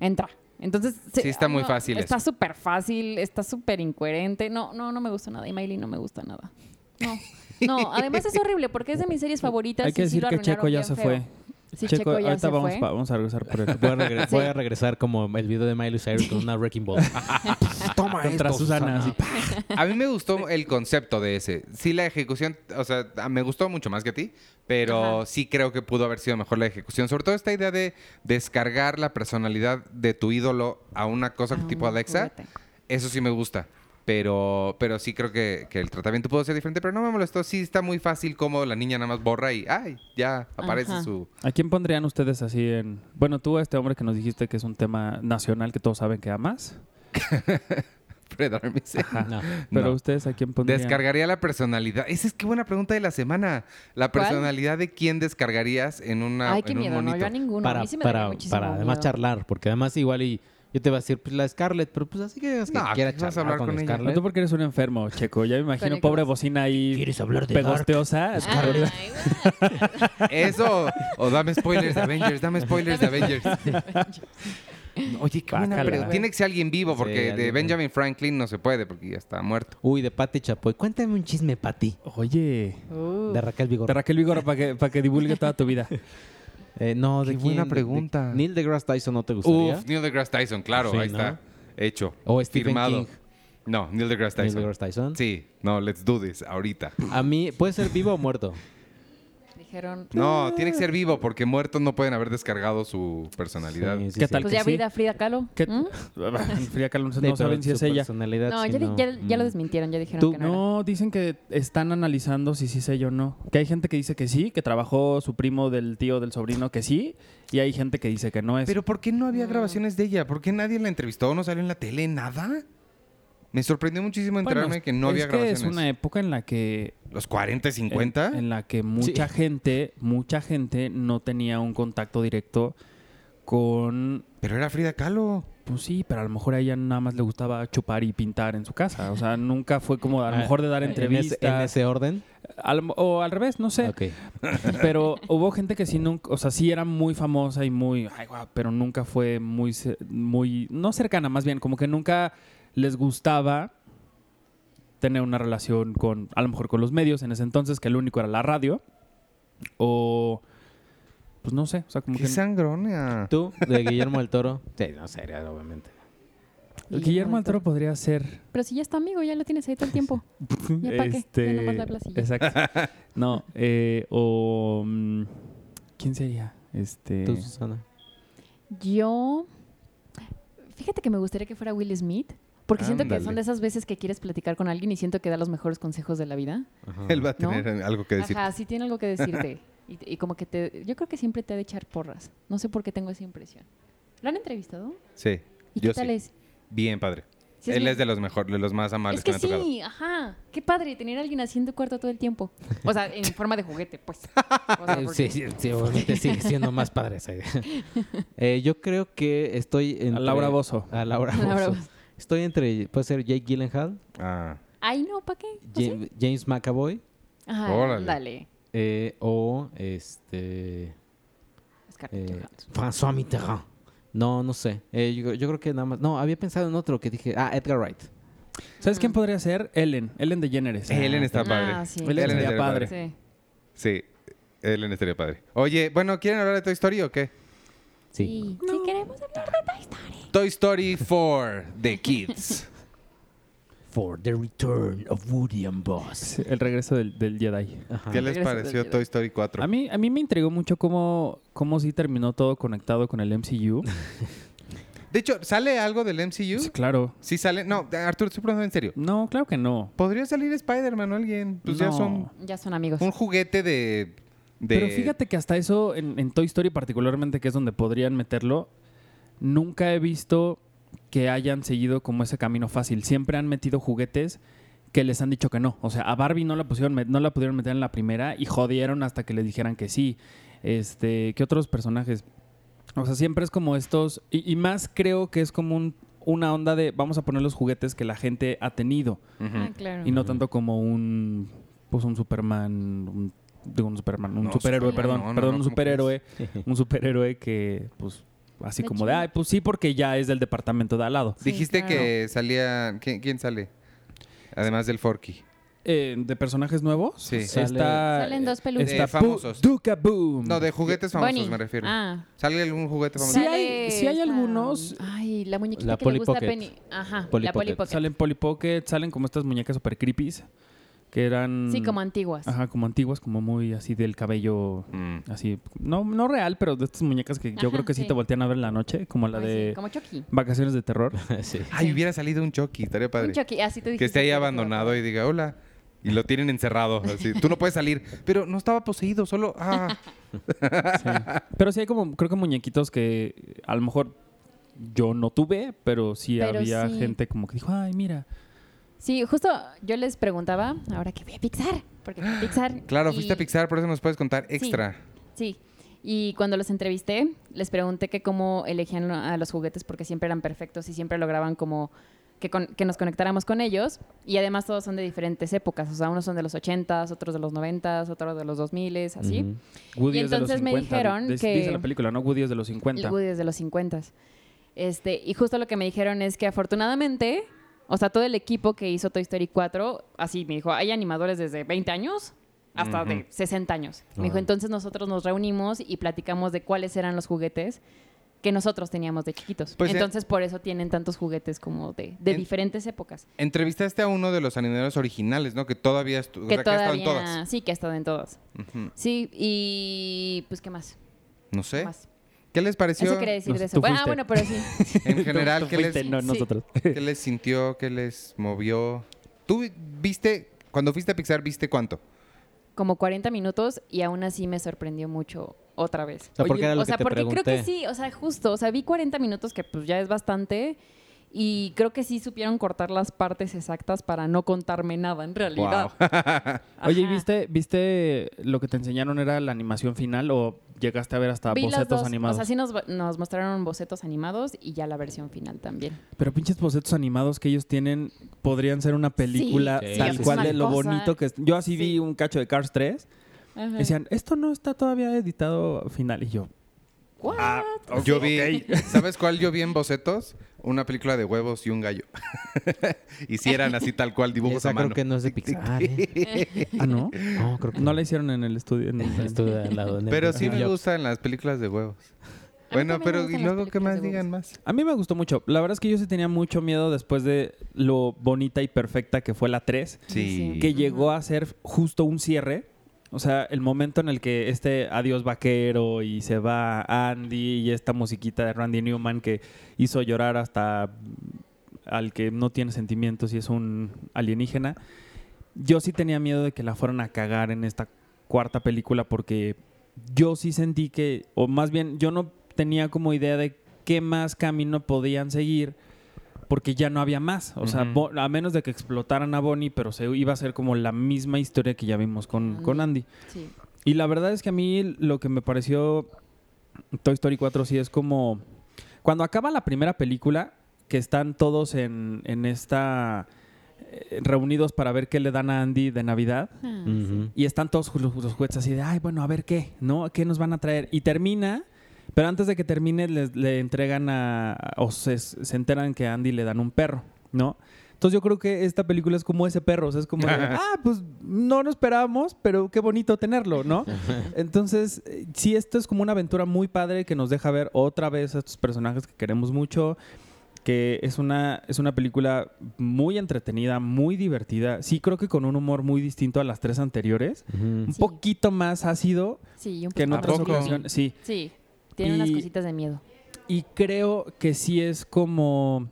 Speaker 2: entra. Entonces, ah,
Speaker 1: Sí, está muy fácil
Speaker 2: Está
Speaker 1: eso.
Speaker 2: súper fácil, está súper incoherente. No, no, no me gusta nada. Y Miley no me gusta nada. No, no, además es horrible porque es de mis series favoritas.
Speaker 3: Hay que
Speaker 2: y sí
Speaker 3: decir
Speaker 2: lo
Speaker 3: que
Speaker 2: arruinaron
Speaker 3: Checo ya
Speaker 2: bien
Speaker 3: se
Speaker 2: feo.
Speaker 3: fue.
Speaker 2: Sí, Checo, ya
Speaker 3: ahorita
Speaker 2: se
Speaker 3: vamos,
Speaker 2: fue.
Speaker 3: pa- vamos a regresar por el
Speaker 4: Voy a, regre-
Speaker 2: Sí.
Speaker 4: voy a regresar como el video de Miley Cyrus con una Wrecking Ball. Ah, Toma
Speaker 3: Contra
Speaker 4: esto, Ah,
Speaker 3: Susana. así, pa.
Speaker 1: A mí me gustó el concepto de ese. Sí, la ejecución, o sea, a- me gustó mucho más que a ti, pero
Speaker 2: Ajá.
Speaker 1: sí creo que pudo haber sido mejor la ejecución. Sobre todo esta idea de descargar la personalidad de tu ídolo a una cosa
Speaker 2: Ah,
Speaker 1: tipo
Speaker 2: un
Speaker 1: Alexa,
Speaker 2: juguete.
Speaker 1: eso sí me gusta. Pero, pero sí creo que, que el tratamiento pudo ser diferente, pero no me molestó. Sí está muy fácil como la niña nada más borra y ¡ay! Ya aparece
Speaker 2: Ajá.
Speaker 1: su...
Speaker 3: ¿A quién pondrían ustedes así en... Bueno, tú a este hombre que nos dijiste que es un tema nacional que todos saben que amas,
Speaker 1: Fred Armisen.
Speaker 4: No.
Speaker 3: pero
Speaker 1: No.
Speaker 3: ustedes a quién pondrían...
Speaker 1: Descargaría la personalidad. Esa es que buena pregunta de la semana. La
Speaker 2: ¿Cuál?
Speaker 1: personalidad de quién descargarías en una
Speaker 2: Ay, qué
Speaker 1: en un
Speaker 2: miedo, no, yo
Speaker 1: monito.
Speaker 2: a ninguno. a
Speaker 4: Para,
Speaker 2: mí sí me daría
Speaker 4: para,
Speaker 2: muchísimo
Speaker 4: para además
Speaker 2: miedo.
Speaker 4: charlar, porque además igual y yo te voy a decir, pues la Scarlett, pero pues así que, es que
Speaker 1: No,
Speaker 4: quiera
Speaker 1: ¿qué vas a
Speaker 4: charlar
Speaker 1: hablar
Speaker 4: con,
Speaker 1: con
Speaker 4: la
Speaker 1: ella?
Speaker 3: No,
Speaker 4: Scarlett.
Speaker 3: tú porque eres un enfermo, Checo. Ya me imagino,
Speaker 2: Conectados.
Speaker 3: pobre bocina ahí
Speaker 4: ¿Quieres hablar de
Speaker 3: pegosteosa.
Speaker 2: Ay, guau.
Speaker 1: Eso, o dame spoilers de Avengers, dame spoilers de Avengers. Oye, qué buena
Speaker 3: Guácala.
Speaker 1: pregunta. Tiene que ser alguien vivo,
Speaker 4: Sí,
Speaker 1: porque
Speaker 4: alguien
Speaker 1: de
Speaker 4: vivo.
Speaker 1: Benjamin Franklin no se puede, porque ya está muerto.
Speaker 4: Uy, de Pati Chapoy. Cuéntame un chisme, Pati.
Speaker 3: Oye,
Speaker 2: Uh,
Speaker 4: De Raquel Vigor.
Speaker 3: de Raquel Vigor para que, para que divulgue toda tu vida.
Speaker 4: Eh, no,
Speaker 1: Qué
Speaker 4: de
Speaker 1: buena
Speaker 4: quién? De-
Speaker 1: pregunta.
Speaker 4: de- Neil deGrasse Tyson no te gustaría.
Speaker 1: Uf, Neil deGrasse Tyson, claro,
Speaker 4: Sí,
Speaker 1: ahí
Speaker 4: ¿no?
Speaker 1: está. Hecho.
Speaker 4: O Stephen
Speaker 1: firmado.
Speaker 4: King.
Speaker 1: No, Neil deGrasse
Speaker 4: Neil
Speaker 1: Tyson.
Speaker 4: deGrasse Tyson.
Speaker 1: Sí, no, let's do this, ahorita.
Speaker 4: A mí, puede ser vivo o muerto.
Speaker 2: Dijeron,
Speaker 1: No, tiene que ser vivo, porque muertos no pueden haber descargado su personalidad.
Speaker 4: Sí, sí,
Speaker 3: ¿Qué
Speaker 4: sí.
Speaker 3: tal?
Speaker 2: pues ya
Speaker 3: que sí.
Speaker 2: vida Frida Kahlo.
Speaker 3: ¿Qué?
Speaker 2: ¿Mm?
Speaker 3: Frida Kahlo,
Speaker 4: Sí,
Speaker 3: no
Speaker 4: pero
Speaker 3: saben si
Speaker 4: su
Speaker 3: es ella.
Speaker 4: personalidad,
Speaker 2: No,
Speaker 4: sí,
Speaker 2: ya, ya- ya lo
Speaker 4: Mm.
Speaker 2: desmintieron, ya dijeron
Speaker 3: Tú-
Speaker 2: que no. era.
Speaker 3: no, dicen que están analizando si sí sé yo o no. Que hay gente que dice que sí, que trabajó su primo del tío del sobrino que sí, y hay gente que dice que no es.
Speaker 1: Pero ¿por qué no
Speaker 2: Mm.
Speaker 1: había grabaciones de ella? ¿Por qué nadie la entrevistó? ¿No salió en la tele? ¿Nada? Me sorprendió muchísimo
Speaker 3: Bueno,
Speaker 1: enterarme que no
Speaker 3: es
Speaker 1: había
Speaker 3: que
Speaker 1: grabaciones.
Speaker 3: Es una época en la que
Speaker 1: ¿Los 40, 50?
Speaker 4: Ah.
Speaker 3: En, en la que mucha gente, mucha gente no tenía un contacto directo con
Speaker 1: Pero era Frida Kahlo.
Speaker 3: pues sí, pero a lo mejor a ella nada más le gustaba chupar y pintar en su casa. O sea, nunca fue como a lo
Speaker 4: Ah,
Speaker 3: mejor de dar
Speaker 4: en ese-
Speaker 3: entrevistas.
Speaker 4: En ese orden.
Speaker 3: A lo- o al revés, no sé.
Speaker 4: Ok.
Speaker 3: Pero hubo gente que sí nunca, o sea, sí era muy famosa y muy, ay, guau, pero nunca fue muy, ce- muy, no cercana, más bien, como que nunca les gustaba tener una relación con, a lo mejor con los medios en ese entonces, que el único era la radio. O, pues no sé, o sea, como
Speaker 1: ¡Qué
Speaker 3: que.
Speaker 1: sangrona!
Speaker 4: ¿Tú, de Guillermo del Toro? Sí, no sería, obviamente.
Speaker 3: Guillermo del Toro podría ser.
Speaker 2: Pero si ya es tu amigo, ya lo tienes ahí todo el tiempo. ¿Ya pa' qué? Ya nomás la hablas y ya.
Speaker 3: este, exacto. No, eh, o. mm, ¿Quién sería? Este.
Speaker 4: Tú, Susana.
Speaker 2: Yo. Fíjate que me gustaría que fuera Will Smith. Porque siento
Speaker 1: Ándale.
Speaker 2: que son de esas veces que quieres platicar con alguien y siento que da los mejores consejos de la vida.
Speaker 1: Él va a
Speaker 2: ¿No?
Speaker 1: tener algo que decir.
Speaker 2: Ajá, sí tiene algo que decirte. y, y como que te. Yo creo que siempre te ha de echar porras. No sé por qué tengo esa impresión. ¿Lo han entrevistado?
Speaker 1: Sí.
Speaker 2: ¿Y
Speaker 1: yo
Speaker 2: qué tal
Speaker 1: sí.
Speaker 2: es?
Speaker 1: Bien, padre.
Speaker 2: ¿Sí? Sí,
Speaker 1: Él
Speaker 2: mi-
Speaker 1: es de los mejores, de los más amables
Speaker 2: Es que
Speaker 1: me ha tocado.
Speaker 2: sí, ajá. Qué padre tener a alguien así en tu cuarto todo el tiempo. O sea, en forma de juguete, pues. O sea,
Speaker 4: Eh,
Speaker 2: porque-
Speaker 4: Sí, sí, sí, obviamente sigue siendo más padre esa idea. Eh, yo creo que estoy entre...
Speaker 3: A Laura Bozo.
Speaker 4: A Laura
Speaker 2: A Laura
Speaker 4: Bozo.
Speaker 2: Bozo.
Speaker 4: Estoy entre, puede ser Jake Gyllenhaal,
Speaker 1: Ah,
Speaker 2: Ay, no, ¿para qué? ¿O Pues sí?
Speaker 4: Jam- James McAvoy
Speaker 2: Ajá,
Speaker 1: Órale.
Speaker 2: dale.
Speaker 4: eh, o este...
Speaker 2: Scarlett
Speaker 4: eh,
Speaker 2: Johansson.
Speaker 4: François Mitterrand. No, no sé. Eh, yo, yo creo que nada más... No, había pensado en otro que dije... Ah, Edgar Wright.
Speaker 3: ¿Sabes quién podría ser? Ellen. Ellen de Jenneres.
Speaker 1: Ellen está padre.
Speaker 2: Ah, sí.
Speaker 3: Ellen
Speaker 1: Ellen
Speaker 3: sería
Speaker 1: estaría
Speaker 3: padre.
Speaker 2: Sí.
Speaker 1: Sí, Ellen estaría padre. Oye, bueno, ¿quieren hablar de Toy Story o qué?
Speaker 4: Sí.
Speaker 2: Sí. Sí, queremos hablar de Toy Story.
Speaker 1: Toy Story 4 The Kids.
Speaker 4: For the return of Woody and Buzz.
Speaker 3: El regreso del, del Jedi.
Speaker 4: Ajá.
Speaker 1: ¿Qué les
Speaker 2: Regreso del
Speaker 1: pareció
Speaker 2: Jedi.
Speaker 1: Toy Story 4?
Speaker 3: A mí, a mí me intrigó mucho cómo, cómo sí terminó todo conectado con el MCU.
Speaker 1: De hecho, ¿sale algo del MCU?
Speaker 3: Pues, claro.
Speaker 1: Sí sale. No, Arturo, estoy preguntando en serio.
Speaker 3: No, claro que no.
Speaker 1: ¿Podría salir Spider-Man o alguien? Pues ya
Speaker 3: No.
Speaker 1: son
Speaker 2: Ya son amigos. Ah,
Speaker 1: un juguete de... de-
Speaker 3: Pero fíjate que hasta eso, en, en Toy Story particularmente, que es donde podrían meterlo, nunca he visto que hayan seguido como ese camino fácil. Siempre han metido juguetes que les han dicho que no. O sea, a Barbie no la, pusieron, met- no la pudieron meter en la primera y jodieron hasta que les dijeran que sí. Este, ¿Qué otros personajes? O sea, siempre es como estos... Y, y más creo que es como un- una onda de vamos a poner los juguetes que la gente ha tenido.
Speaker 1: Ujú.
Speaker 2: Ah, claro.
Speaker 3: Y no tanto como un pues un Superman, un, digo, un Superman, un
Speaker 1: No,
Speaker 3: superhéroe,
Speaker 1: Superman,
Speaker 3: perdón,
Speaker 1: no, no,
Speaker 3: perdón,
Speaker 1: no,
Speaker 3: un
Speaker 1: ¿cómo
Speaker 3: superhéroe, un superhéroe que pues así
Speaker 2: Está
Speaker 3: como de,
Speaker 2: chido.
Speaker 3: ay, pues sí porque ya es del departamento de al lado.
Speaker 2: Sí,
Speaker 1: Dijiste
Speaker 2: claro.
Speaker 1: que salía... ¿Quién, quién sale? Además del Forky.
Speaker 3: Eh, de personajes nuevos,
Speaker 1: Sí.
Speaker 3: está
Speaker 2: Salen dos peluches.
Speaker 1: Eh,
Speaker 3: Está
Speaker 1: famosos.
Speaker 3: famosos. Duca Boom.
Speaker 1: No, de juguetes famosos
Speaker 2: Bonnie.
Speaker 1: me refiero.
Speaker 2: Ah.
Speaker 1: ¿Sale algún juguete famoso?
Speaker 3: Sí
Speaker 2: Sale
Speaker 3: hay- sí hay
Speaker 2: esta-
Speaker 3: algunos-
Speaker 2: Ay, la muñequita
Speaker 4: La
Speaker 2: que le gusta a
Speaker 4: Polly Pocket.
Speaker 2: Penny. Ajá,
Speaker 4: Polly
Speaker 2: la Polly
Speaker 4: Pocket.
Speaker 2: Pocket.
Speaker 3: Salen Polly Pocket, salen como estas muñecas super creepies que eran
Speaker 1: Mm.
Speaker 2: Sí, como antiguas.
Speaker 3: ajá, como antiguas, como muy así del cabello
Speaker 1: Mm.
Speaker 3: así, no no real, pero de estas muñecas que yo
Speaker 2: Ajá,
Speaker 3: creo que sí,
Speaker 2: sí.
Speaker 3: te voltean a ver en la noche, como la
Speaker 2: Ay, Pues sí,
Speaker 3: de
Speaker 2: como Chucky.
Speaker 3: Vacaciones de terror.
Speaker 4: sí.
Speaker 1: Ay,
Speaker 2: Sí.
Speaker 1: hubiera salido un Chucky, estaría padre.
Speaker 2: Un Chucky, así tú dijiste.
Speaker 1: que esté ahí
Speaker 2: te
Speaker 1: abandonado y diga, hola. Y lo tienen encerrado. Así. Tú no puedes salir. Pero no estaba poseído, solo. Ah.
Speaker 3: Pero sí hay como, creo que muñequitos que a lo mejor yo no tuve, pero sí
Speaker 2: Pero
Speaker 3: había
Speaker 2: sí.
Speaker 3: gente como que dijo, ay, mira.
Speaker 2: Sí, justo yo les preguntaba, ahora que voy a Pixar, porque fui a Pixar.
Speaker 1: Claro,
Speaker 2: y-
Speaker 1: fuiste a Pixar, por eso nos puedes contar extra.
Speaker 2: Sí. Y cuando los entrevisté, les pregunté que cómo elegían a los juguetes porque siempre eran perfectos y siempre lograban como que, con- que nos conectáramos con ellos. Y además todos son de diferentes épocas. O sea, unos son de los 80s, otros de los 90s, otros de los 2000s, así.
Speaker 4: Ujú.
Speaker 3: Woody
Speaker 2: Y
Speaker 3: es de los
Speaker 2: entonces me
Speaker 3: 50,
Speaker 2: dijeron
Speaker 3: dice-
Speaker 2: que-
Speaker 3: Dice la película, ¿no? Woody es de los 50.
Speaker 2: El Woody desde los 50. Este, y justo lo que me dijeron es que afortunadamente, o sea, todo el equipo que hizo Toy Story 4, así me dijo, hay animadores desde 20 años hasta
Speaker 1: Ujú.
Speaker 2: de 60 años. Me dijo,
Speaker 4: Órale.
Speaker 2: entonces nosotros nos reunimos y platicamos de cuáles eran los juguetes que nosotros teníamos de chiquitos.
Speaker 1: Pues, eh,
Speaker 2: entonces por eso tienen tantos juguetes como de, de
Speaker 1: en-
Speaker 2: diferentes épocas.
Speaker 1: Entrevistaste a uno de los animadores originales, ¿no? Que todavía estuvo.
Speaker 2: Que
Speaker 1: ha
Speaker 2: todavía,
Speaker 1: estado en todas.
Speaker 2: sí, que ha estado en todas.
Speaker 1: Ujú.
Speaker 2: Sí, y pues qué más.
Speaker 1: No
Speaker 2: ¿Qué
Speaker 1: sé.
Speaker 2: más?
Speaker 1: ¿Qué les pareció?
Speaker 2: Eso quería decir
Speaker 3: No,
Speaker 2: de
Speaker 3: tú
Speaker 2: eso. Bueno, ah,
Speaker 3: fuiste.
Speaker 2: bueno, pero sí.
Speaker 1: En general, ¿qué
Speaker 3: Fuiste,
Speaker 1: les,
Speaker 3: no,
Speaker 2: Sí.
Speaker 3: nosotros.
Speaker 1: ¿qué les sintió? ¿Qué les movió? ¿Tú viste, cuando fuiste a Pixar, viste cuánto?
Speaker 2: como 40 minutos y aún así me sorprendió mucho otra vez.
Speaker 4: O sea, porque
Speaker 3: Oye,
Speaker 4: era lo
Speaker 2: o sea,
Speaker 4: que te
Speaker 2: porque
Speaker 4: pregunté.
Speaker 2: creo que sí, o sea, justo, o sea, vi 40 minutos que pues ya es bastante y creo que sí supieron cortar las partes exactas para no contarme nada en realidad.
Speaker 3: Oye, ¿y
Speaker 2: Ajá.
Speaker 3: viste, viste lo que te enseñaron era la animación final o llegaste a ver hasta
Speaker 2: Vi las
Speaker 3: bocetos
Speaker 2: dos,
Speaker 3: animados?
Speaker 2: O sea, sí nos, nos mostraron bocetos animados y ya la versión final también.
Speaker 3: Pero pinches bocetos animados que ellos tienen podrían ser una película
Speaker 4: Sí,
Speaker 3: tal
Speaker 4: sí,
Speaker 3: cual
Speaker 4: es
Speaker 3: de
Speaker 2: una
Speaker 3: lo
Speaker 2: cosa.
Speaker 3: bonito que es. Yo así
Speaker 2: Sí.
Speaker 3: vi un cacho de Cars 3.
Speaker 2: Ajá.
Speaker 3: Decían, esto no está todavía editado final. Y yo,
Speaker 2: What?
Speaker 3: Ah,
Speaker 1: "Ah, Yo vi, ¿sabes cuál yo vi en bocetos? Una película de huevos y un gallo. y si eran así tal cual dibujos
Speaker 4: Esa
Speaker 1: a
Speaker 4: creo
Speaker 1: mano.
Speaker 4: que no es de Pixar. ¿eh?
Speaker 3: ah, no.
Speaker 4: No, creo que
Speaker 3: No la hicieron en el estudio. en- en-
Speaker 4: Estuve al lado de-
Speaker 1: Pero sí
Speaker 3: Ajá.
Speaker 1: me
Speaker 3: Yo-
Speaker 1: gustan las películas de huevos.
Speaker 2: A mí
Speaker 1: Bueno,
Speaker 2: también me
Speaker 1: pero ¿y
Speaker 2: gustan las
Speaker 1: luego qué
Speaker 2: películas
Speaker 1: más
Speaker 2: de
Speaker 1: digan más?
Speaker 3: A mí me gustó mucho. La verdad es que yo sí tenía mucho miedo después de lo bonita y perfecta que fue la 3,
Speaker 2: Sí.
Speaker 1: Sí.
Speaker 3: que llegó a ser justo un cierre. O sea, el momento en el que este adiós vaquero y se va Andy y esta musiquita de Randy Newman que hizo llorar hasta al que no tiene sentimientos y es un alienígena. Yo sí tenía miedo de que la fueran a cagar en esta cuarta película porque yo sí sentí que, o más bien, yo no tenía como idea de qué más camino podían seguir porque ya no había más. O sea,
Speaker 1: Ujú.
Speaker 3: Bo- a menos de que explotaran a Bonnie, pero se iba a ser como la misma historia que ya vimos con, con Andy.
Speaker 2: Sí.
Speaker 3: Y la verdad es que a mí lo que me pareció Toy Story 4 sí es como... Cuando acaba la primera película, que están todos en, en esta... eh, reunidos para ver qué le dan a Andy de Navidad.
Speaker 2: Ah,
Speaker 4: Ujú.
Speaker 3: Y están todos ju- los juguetes así de, ay, bueno, a ver qué, ¿no? ¿Qué nos van a traer? Y termina, pero antes de que termine les- le entregan a, o se, se enteran que a Andy le dan un perro, ¿no? Entonces yo creo que esta película es como ese perro, o sea, es como, de, ah, pues no lo esperábamos, pero qué bonito tenerlo, ¿no? Entonces, eh, sí, esto es como una aventura muy padre que nos deja ver otra vez a estos personajes que queremos mucho, que es una, es una película muy entretenida, muy divertida, sí creo que con un humor muy distinto a las tres anteriores,
Speaker 4: Ujú.
Speaker 3: un
Speaker 2: Sí.
Speaker 3: poquito más ácido
Speaker 2: Sí, y un
Speaker 3: que en
Speaker 1: ¿A
Speaker 2: poquito
Speaker 3: otras
Speaker 1: poco?
Speaker 3: ocasiones, sí.
Speaker 2: Sí, tiene unas
Speaker 3: Y-
Speaker 2: cositas de miedo.
Speaker 3: Y creo que sí es como.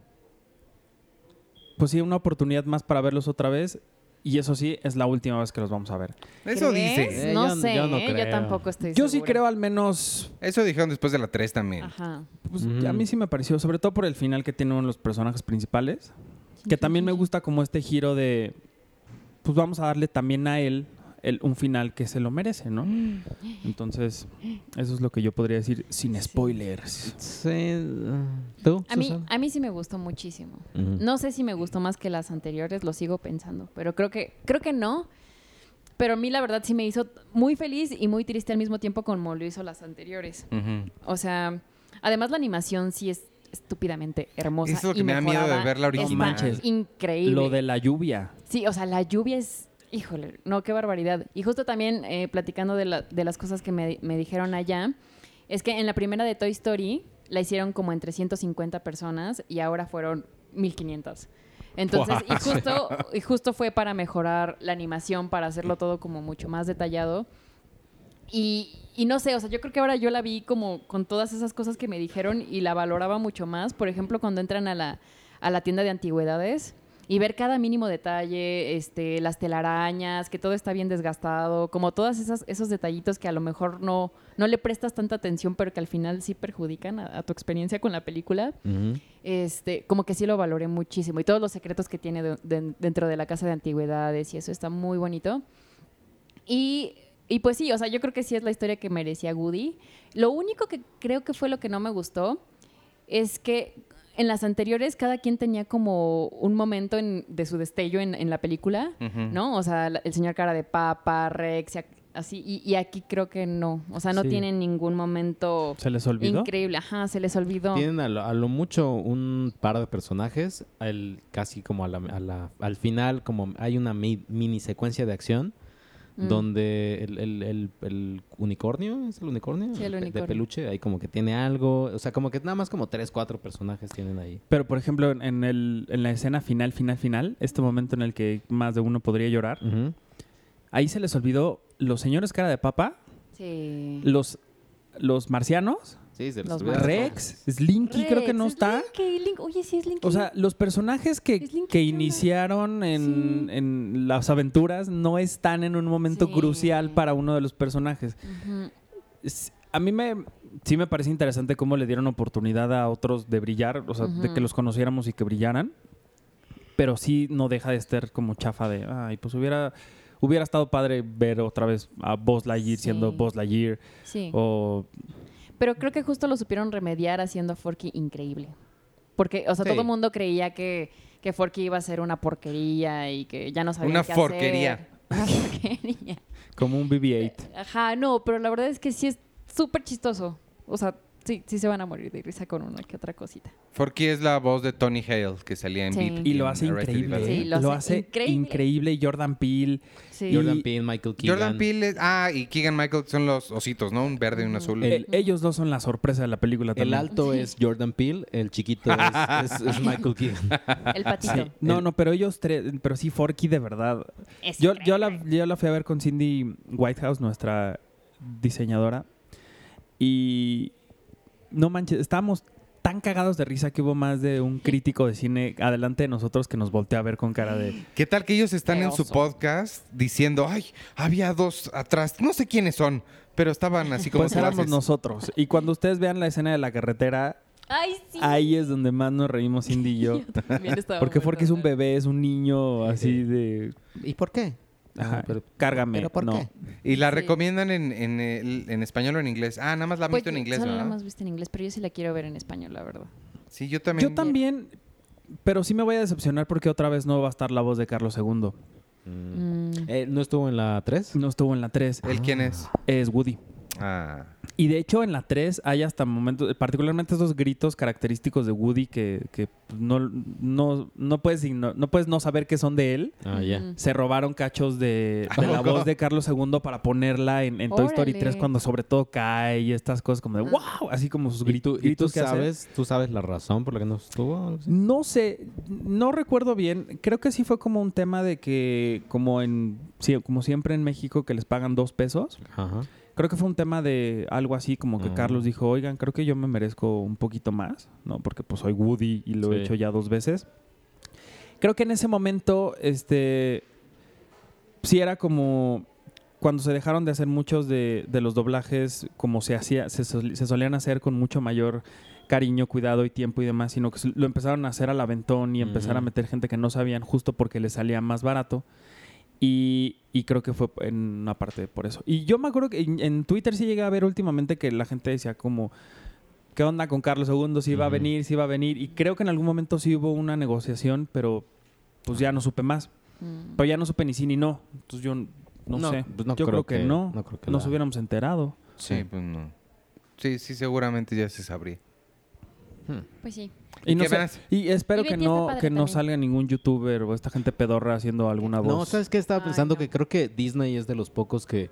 Speaker 3: Pues sí, una oportunidad más para verlos otra vez. Y eso sí, es la última vez que los vamos a ver.
Speaker 1: Eso
Speaker 2: ¿Crees?
Speaker 1: dice.
Speaker 4: Eh,
Speaker 2: no
Speaker 4: yo-
Speaker 2: sé,
Speaker 4: yo no
Speaker 2: ¿eh? yo
Speaker 4: creo.
Speaker 2: tampoco estoy
Speaker 3: Yo sí
Speaker 2: segura.
Speaker 3: creo al menos.
Speaker 1: Eso dijeron después de la 3 también.
Speaker 2: Ajá.
Speaker 3: pues,
Speaker 4: Ujú.
Speaker 3: A mí sí me pareció, sobre todo por el final que tiene uno de los personajes principales. Que también me gusta como este giro de. Pues vamos a darle también a él el- un final que se lo merece, ¿no? Entonces, eso es lo que yo podría decir sin spoilers.
Speaker 4: Sí, uh, ¿Tú?
Speaker 2: A mí,
Speaker 4: Susana?
Speaker 2: a mí sí me gustó muchísimo.
Speaker 4: Ujú.
Speaker 2: No sé si me gustó más que las anteriores, lo sigo pensando, pero creo que, creo que no. Pero a mí la verdad sí me hizo muy feliz y muy triste al mismo tiempo como lo hizo las anteriores.
Speaker 1: Ujú.
Speaker 2: O sea, además la animación sí es estúpidamente hermosa.
Speaker 1: Eso es lo
Speaker 2: y
Speaker 1: que me da miedo de
Speaker 2: mejorada.
Speaker 1: verla
Speaker 2: Está
Speaker 1: original.
Speaker 3: manches.
Speaker 2: increíble.
Speaker 3: Lo de la lluvia.
Speaker 2: Sí, o sea, la lluvia es... Híjole, no, qué barbaridad. Y justo también eh, platicando de, la- de las cosas que me, me dijeron allá, es que en la primera de Toy Story la hicieron como entre 150 personas y ahora fueron 1500. Entonces, y justo, y justo fue para mejorar la animación, para hacerlo todo como mucho más detallado. Y, y no sé, o sea, yo creo que ahora yo la vi como con todas esas cosas que me dijeron y la valoraba mucho más. Por ejemplo, cuando entran a la, a la tienda de antigüedades y ver cada mínimo detalle, este, las telarañas, que todo está bien desgastado, como todas esas esos detallitos que a lo mejor no, no le prestas tanta atención, pero que al final sí perjudican a- a tu experiencia con la película
Speaker 4: Ujú.
Speaker 2: este, como que sí lo valoré muchísimo. Y todos los secretos que tiene de- de- dentro de la casa de antigüedades y eso está muy bonito. Y, y pues sí, o sea, yo creo que sí es la historia que merecía Woody. Lo único que creo que fue lo que no me gustó es que en las anteriores cada quien tenía como un momento en- de su destello en, en la película,
Speaker 1: Ujú.
Speaker 2: ¿no? O sea, la- el señor cara de papa, Rex, y ac- así. Y, y aquí creo que no. O sea, no
Speaker 3: Sí.
Speaker 2: tienen ningún momento
Speaker 3: ¿Se les olvidó?
Speaker 2: increíble. Ajá, se les olvidó.
Speaker 4: Tienen a lo, a lo mucho un par de personajes, al- casi como a la- a la- al final, como hay una mi- mini secuencia de acción
Speaker 2: Mm.
Speaker 4: donde el, el- el- el unicornio, ¿es el unicornio?
Speaker 2: Sí, el
Speaker 4: Pe-
Speaker 2: unicornio.
Speaker 4: De peluche, ahí como que tiene algo, o sea, como que nada más como tres, cuatro personajes tienen ahí.
Speaker 3: Pero, por ejemplo, en- en, el, en la escena final, final, final, este momento en el que más de uno podría llorar,
Speaker 4: Ujú.
Speaker 3: ahí se les olvidó los señores cara de papa,
Speaker 2: Sí.
Speaker 3: los, los marcianos,
Speaker 4: Ah, Sí, se les
Speaker 2: Los
Speaker 4: olvidaron
Speaker 3: Rex, Slinky creo que no
Speaker 2: Rex, es
Speaker 3: está.
Speaker 2: Linky, Link- Oye, sí es Linky.
Speaker 3: O sea, los personajes que,
Speaker 2: Es Linky
Speaker 3: que
Speaker 2: Chuma.
Speaker 3: iniciaron en, en las aventuras no están en un momento
Speaker 2: Sí.
Speaker 3: crucial para uno de los personajes.
Speaker 2: Ujú.
Speaker 3: Es- A mí me, sí me parece interesante cómo le dieron oportunidad a otros de brillar, o sea, de
Speaker 2: Ujú.
Speaker 3: que los conociéramos y que brillaran. Pero sí no deja de estar como chafa de, ay, pues hubiera, hubiera estado padre ver otra vez a Buzz Lightyear
Speaker 2: Sí.
Speaker 3: siendo Buzz Lightyear.
Speaker 2: Sí.
Speaker 3: O,
Speaker 2: Pero creo que justo lo supieron remediar haciendo a Forky increíble. Porque, o sea,
Speaker 4: Sí.
Speaker 2: todo el mundo creía que, que Forky iba a ser una porquería y que ya no sabía
Speaker 1: Una
Speaker 2: qué
Speaker 1: forquería.
Speaker 2: hacer. Una porquería.
Speaker 3: como un
Speaker 2: Eh,
Speaker 3: BB-8.
Speaker 2: Ajá, no, pero la verdad es que sí es súper chistoso. O sea, sí, sí se van a morir de risa con una que otra cosita.
Speaker 1: Forky es la voz de Tony Hale que salía en
Speaker 2: Sí.
Speaker 1: Beep.
Speaker 3: Y
Speaker 1: en
Speaker 3: lo hace
Speaker 1: Arrested
Speaker 3: increíble.
Speaker 1: Development.
Speaker 2: Sí,
Speaker 3: ¿eh?
Speaker 2: lo hace
Speaker 3: increíble.
Speaker 2: increíble.
Speaker 3: Jordan Peele.
Speaker 2: Sí.
Speaker 3: Y-
Speaker 4: Jordan Peele, Michael Keegan.
Speaker 1: Jordan Peele es- ah, y Keegan Michael son los ositos, ¿no? Un verde y un azul.
Speaker 2: Eh,
Speaker 3: El- ellos dos son la sorpresa de la película
Speaker 4: El
Speaker 3: también.
Speaker 4: alto es Jordan Peele, el chiquito es, es- es Michael Keegan.
Speaker 2: El patito.
Speaker 3: Sí. No, no, pero ellos tres, pero sí Forky de verdad.
Speaker 2: Es
Speaker 3: Yo, yo, la, yo la fui a ver con Cindy Whitehouse, nuestra diseñadora. Y no manches, estábamos tan cagados de risa que hubo más de un crítico de cine adelante de nosotros que nos voltea a ver con cara de...
Speaker 1: ¿Qué tal que ellos están
Speaker 2: Qué
Speaker 1: en su
Speaker 2: oso.
Speaker 1: podcast diciendo, ay, había dos atrás, no sé quiénes son, pero estaban así como
Speaker 3: Pues
Speaker 1: tú
Speaker 3: éramos
Speaker 1: haces"?
Speaker 3: nosotros. Y cuando ustedes vean la escena de la carretera,
Speaker 2: Ay, sí.
Speaker 3: Ahí es donde más nos reímos Cindy y yo.
Speaker 2: Yo también estaba
Speaker 3: Porque
Speaker 2: muy
Speaker 3: Porque es un
Speaker 2: contenta.
Speaker 3: bebé, es un niño así de...
Speaker 4: ¿Y por qué?
Speaker 3: ajá,
Speaker 4: Pero-
Speaker 3: cárgame.
Speaker 4: ¿Pero por
Speaker 3: no.
Speaker 4: qué?
Speaker 1: ¿Y la
Speaker 2: Sí.
Speaker 1: recomiendan en, en, el- en español o en inglés? Ah, nada más la han
Speaker 2: Pues
Speaker 1: visto en
Speaker 2: yo
Speaker 1: inglés,
Speaker 2: Solo la
Speaker 1: ¿verdad?
Speaker 2: hemos visto en inglés, pero yo sí la quiero ver en español, la verdad.
Speaker 1: Sí, yo también.
Speaker 3: Yo también, pero sí me voy a decepcionar porque otra vez no va a estar la voz de Carlos II.
Speaker 2: Mm.
Speaker 4: Eh, ¿No estuvo en la 3?
Speaker 3: No estuvo en la 3.
Speaker 4: Ah.
Speaker 1: ¿El quién es?
Speaker 3: Es Woody.
Speaker 1: Ah.
Speaker 3: Y de hecho en la 3 hay hasta momentos, particularmente esos gritos característicos de Woody que, que no, no, no, puedes igno- no puedes no saber que son de él.
Speaker 4: Ah, ya.
Speaker 2: Mm.
Speaker 3: Se robaron cachos de, de
Speaker 4: Oh,
Speaker 3: la voz de Carlos II para ponerla en, en Toy Story
Speaker 2: Órale.
Speaker 3: 3 cuando sobre todo cae y estas cosas como de wow, así como sus
Speaker 4: ¿Y tú,
Speaker 3: gritos, gritos que hace.
Speaker 4: sabes, tú sabes la razón por la que no estuvo? o algo así?
Speaker 3: No sé, no recuerdo bien. Creo que sí fue como un tema de que, como en, sí, como siempre en México, que les pagan dos pesos.
Speaker 4: Ajá.
Speaker 3: Creo que fue un tema de algo así, como que
Speaker 4: Mm.
Speaker 3: Carlos dijo, oigan, creo que yo me merezco un poquito más, ¿no? Porque pues soy Woody y lo he
Speaker 4: Sí.
Speaker 3: hecho ya dos veces. Creo que en ese momento, este, sí era como cuando se dejaron de hacer muchos de, de los doblajes como se hacía, se, sol- se solían hacer con mucho mayor cariño, cuidado y tiempo y demás, sino que se- lo empezaron a hacer al aventón y empezar a
Speaker 4: Ujú.
Speaker 3: meter gente que no sabían justo porque les salía más barato. Y, y creo que fue en una parte por eso. Y yo me acuerdo que en, en Twitter sí llegué a ver últimamente que la gente decía como, ¿qué onda con Carlos II? Si iba a
Speaker 4: Ujú.
Speaker 3: venir, si iba a venir. Y creo que en algún momento sí hubo una negociación, pero pues ya no supe más.
Speaker 2: Mm.
Speaker 3: Pero ya no supe ni sí ni no. Entonces yo n- no,
Speaker 4: No,
Speaker 3: sé.
Speaker 4: pues no
Speaker 3: yo creo,
Speaker 4: creo
Speaker 3: que,
Speaker 4: que-
Speaker 3: no.
Speaker 4: no creo que
Speaker 3: Nos
Speaker 4: la-
Speaker 3: hubiéramos enterado.
Speaker 1: Sí,
Speaker 4: Sí.
Speaker 1: pues no. Sí, sí, seguramente ya se sabría.
Speaker 2: Pues sí.
Speaker 1: ¿Y
Speaker 3: Y, no
Speaker 1: qué
Speaker 3: sé-
Speaker 1: más?
Speaker 3: y espero
Speaker 2: Y
Speaker 3: que
Speaker 2: BTS está
Speaker 3: no,
Speaker 2: padre
Speaker 3: que no
Speaker 2: también.
Speaker 3: salga ningún youtuber o esta gente pedorra haciendo alguna voz.
Speaker 4: No, ¿sabes qué? Estaba
Speaker 2: Ay,
Speaker 4: pensando
Speaker 2: no.
Speaker 4: que creo que Disney es de los pocos que...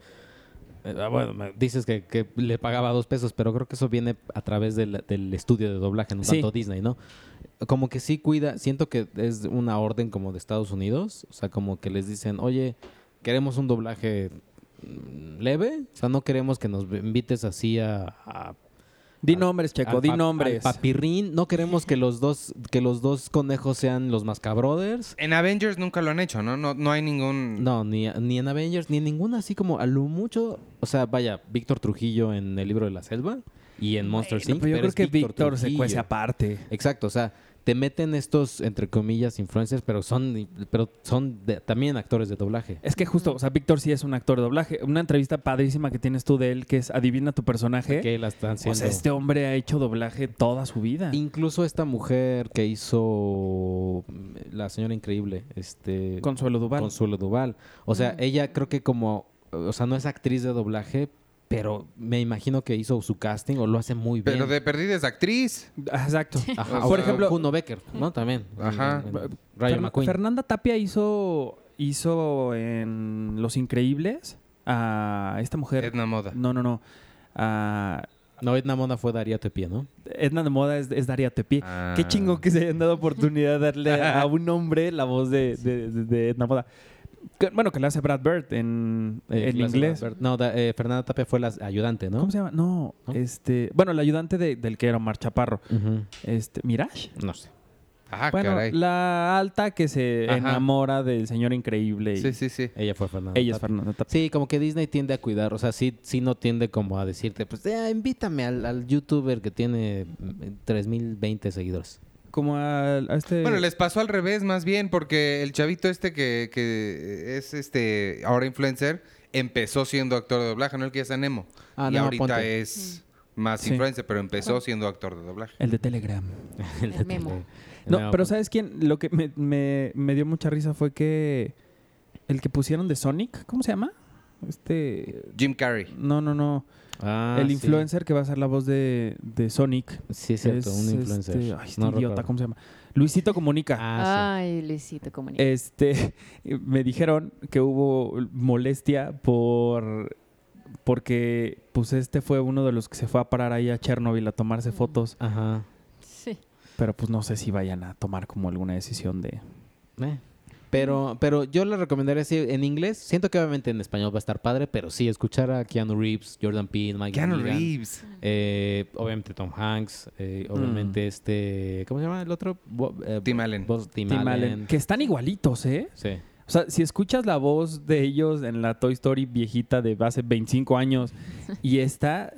Speaker 4: eh, ah, bueno, me dices que, que le pagaba dos pesos, pero creo que eso viene a través del, del estudio de doblaje, no
Speaker 3: Sí.
Speaker 4: tanto Disney, ¿no? Como que sí cuida, siento que es una orden como de Estados Unidos, o sea, como que les dicen, oye, queremos un doblaje mm, leve, o sea, no queremos que nos invites así a... a-
Speaker 3: Di
Speaker 4: al-
Speaker 3: nombres, Checo,
Speaker 4: al
Speaker 3: di
Speaker 4: pap-
Speaker 3: nombres.
Speaker 4: al papirrín, no queremos que los dos, que los dos conejos sean los mascabrothers.
Speaker 1: En Avengers nunca lo han hecho, ¿no? No, no hay ningún...
Speaker 4: No, ni, ni en Avengers, ni en ninguna así como a lo mucho. O sea, vaya, Víctor Trujillo en El libro de la selva y en Monster
Speaker 3: Pero
Speaker 4: Inc.
Speaker 3: yo creo
Speaker 4: es
Speaker 3: que Víctor se
Speaker 4: Trujillo.
Speaker 3: cuece aparte.
Speaker 4: Exacto, o sea, te meten estos, entre comillas, influencers, pero son, pero son de- también actores de doblaje.
Speaker 3: Es que justo, o sea, Víctor sí es un actor de doblaje. Una entrevista padrísima que tienes tú de él, que es Adivina tu personaje.
Speaker 4: Que la están
Speaker 3: O
Speaker 4: haciendo.
Speaker 3: sea, este hombre ha hecho doblaje toda su vida.
Speaker 4: Incluso esta mujer que hizo mm, La Señora Increíble, este...
Speaker 3: Consuelo Duval.
Speaker 4: Consuelo Duval. O sea,
Speaker 2: Mm.
Speaker 4: ella creo que como, o sea, no es actriz de doblaje, pero me imagino que hizo su casting o lo hace muy bien.
Speaker 1: Pero de perdida es actriz.
Speaker 3: Ah, Exacto.
Speaker 4: Ajá,
Speaker 1: O
Speaker 4: por
Speaker 1: sea,
Speaker 4: ejemplo,
Speaker 3: ejemplo-
Speaker 4: Kuno Becker, ¿no? También.
Speaker 1: Ajá.
Speaker 4: En- en Rayo
Speaker 3: Fern-
Speaker 4: McQueen.
Speaker 3: Fernanda Tapia hizo, hizo en Los Increíbles a esta mujer.
Speaker 1: Edna Moda.
Speaker 3: No, no, no. A
Speaker 4: No, Edna Mona fue Daría Tepie, ¿no?
Speaker 3: Edna de Moda es, es Daria Tepi.
Speaker 1: Ah.
Speaker 3: Qué chingo que se hayan dado oportunidad de darle a un hombre la voz de, de- de- de Edna Moda. Que- bueno, que la hace Brad Bird en,
Speaker 4: Eh,
Speaker 3: en
Speaker 4: la-
Speaker 3: inglés.
Speaker 4: No, da- eh, Fernanda Tapia fue la ayudante, ¿no?
Speaker 3: ¿Cómo se llama? No,
Speaker 4: ¿No?
Speaker 3: este... Bueno, el ayudante de- del que era Omar Chaparro.
Speaker 4: Ujú.
Speaker 3: Este, ¿Mirage?
Speaker 4: No sé.
Speaker 1: Ah,
Speaker 3: bueno,
Speaker 1: caray.
Speaker 3: la alta que se
Speaker 1: Ajá.
Speaker 3: enamora del señor increíble. y-
Speaker 1: Sí, sí,
Speaker 3: este
Speaker 1: sí.
Speaker 4: Ella fue Fernanda.
Speaker 3: Ella es
Speaker 4: Tapia.
Speaker 3: Fernanda Tapia.
Speaker 4: Sí, como que Disney tiende a cuidar, o sea, sí, sí no tiende como a decirte, pues "Ah, invítame al, al youtuber que tiene mm, 3020 seguidores.
Speaker 3: Como a, a este...
Speaker 1: Bueno, les pasó al revés más bien, porque el chavito este que, que es este ahora influencer empezó siendo actor de doblaje, no el que ya está Nemo.
Speaker 4: Ah,
Speaker 1: y
Speaker 4: Nemo
Speaker 1: ahorita
Speaker 4: Aponte.
Speaker 1: es
Speaker 2: Mm.
Speaker 1: más
Speaker 3: Sí.
Speaker 1: influencer, pero empezó siendo actor de doblaje.
Speaker 3: El de Telegram.
Speaker 2: El memo.
Speaker 3: No, pero ¿sabes quién? Lo que me, me- me dio mucha risa fue que el que pusieron de Sonic, ¿cómo se llama? Este...
Speaker 1: Jim Carrey.
Speaker 3: No, no, no.
Speaker 4: Ah,
Speaker 3: el
Speaker 4: sí.
Speaker 3: influencer que va a ser la voz de, de Sonic.
Speaker 4: Sí, es cierto, un
Speaker 3: es,
Speaker 4: influencer.
Speaker 3: este, ay, este
Speaker 4: No
Speaker 3: idiota,
Speaker 4: recuerdo.
Speaker 3: ¿cómo se llama? Luisito Comunica.
Speaker 4: Ah,
Speaker 2: Ay, Luisito Comunica.
Speaker 3: Este, me dijeron que hubo molestia por porque pues este fue uno de los que se fue a parar ahí a Chernobyl a tomarse fotos,
Speaker 4: sí.
Speaker 1: Ah.
Speaker 4: Ajá.
Speaker 2: Sí.
Speaker 3: pero pues no sé si vayan a tomar como alguna decisión de
Speaker 4: Eh. Pero, pero yo le recomendaría así en inglés. Siento que obviamente en español va a estar padre, pero sí, escuchar a Keanu Reeves, Jordan Peele, Mike
Speaker 1: Keanu
Speaker 4: Mulligan,
Speaker 1: Reeves.
Speaker 4: eh, obviamente Tom Hanks, eh, obviamente este, ¿cómo se llama el otro? Bo- eh,
Speaker 1: Tim Allen.
Speaker 4: Bo- Tim,
Speaker 3: Tim
Speaker 4: Allen.
Speaker 3: Allen, que están igualitos, ¿eh?
Speaker 4: Sí.
Speaker 3: O sea, si escuchas la voz de ellos en la Toy Story viejita de hace 25 años y esta,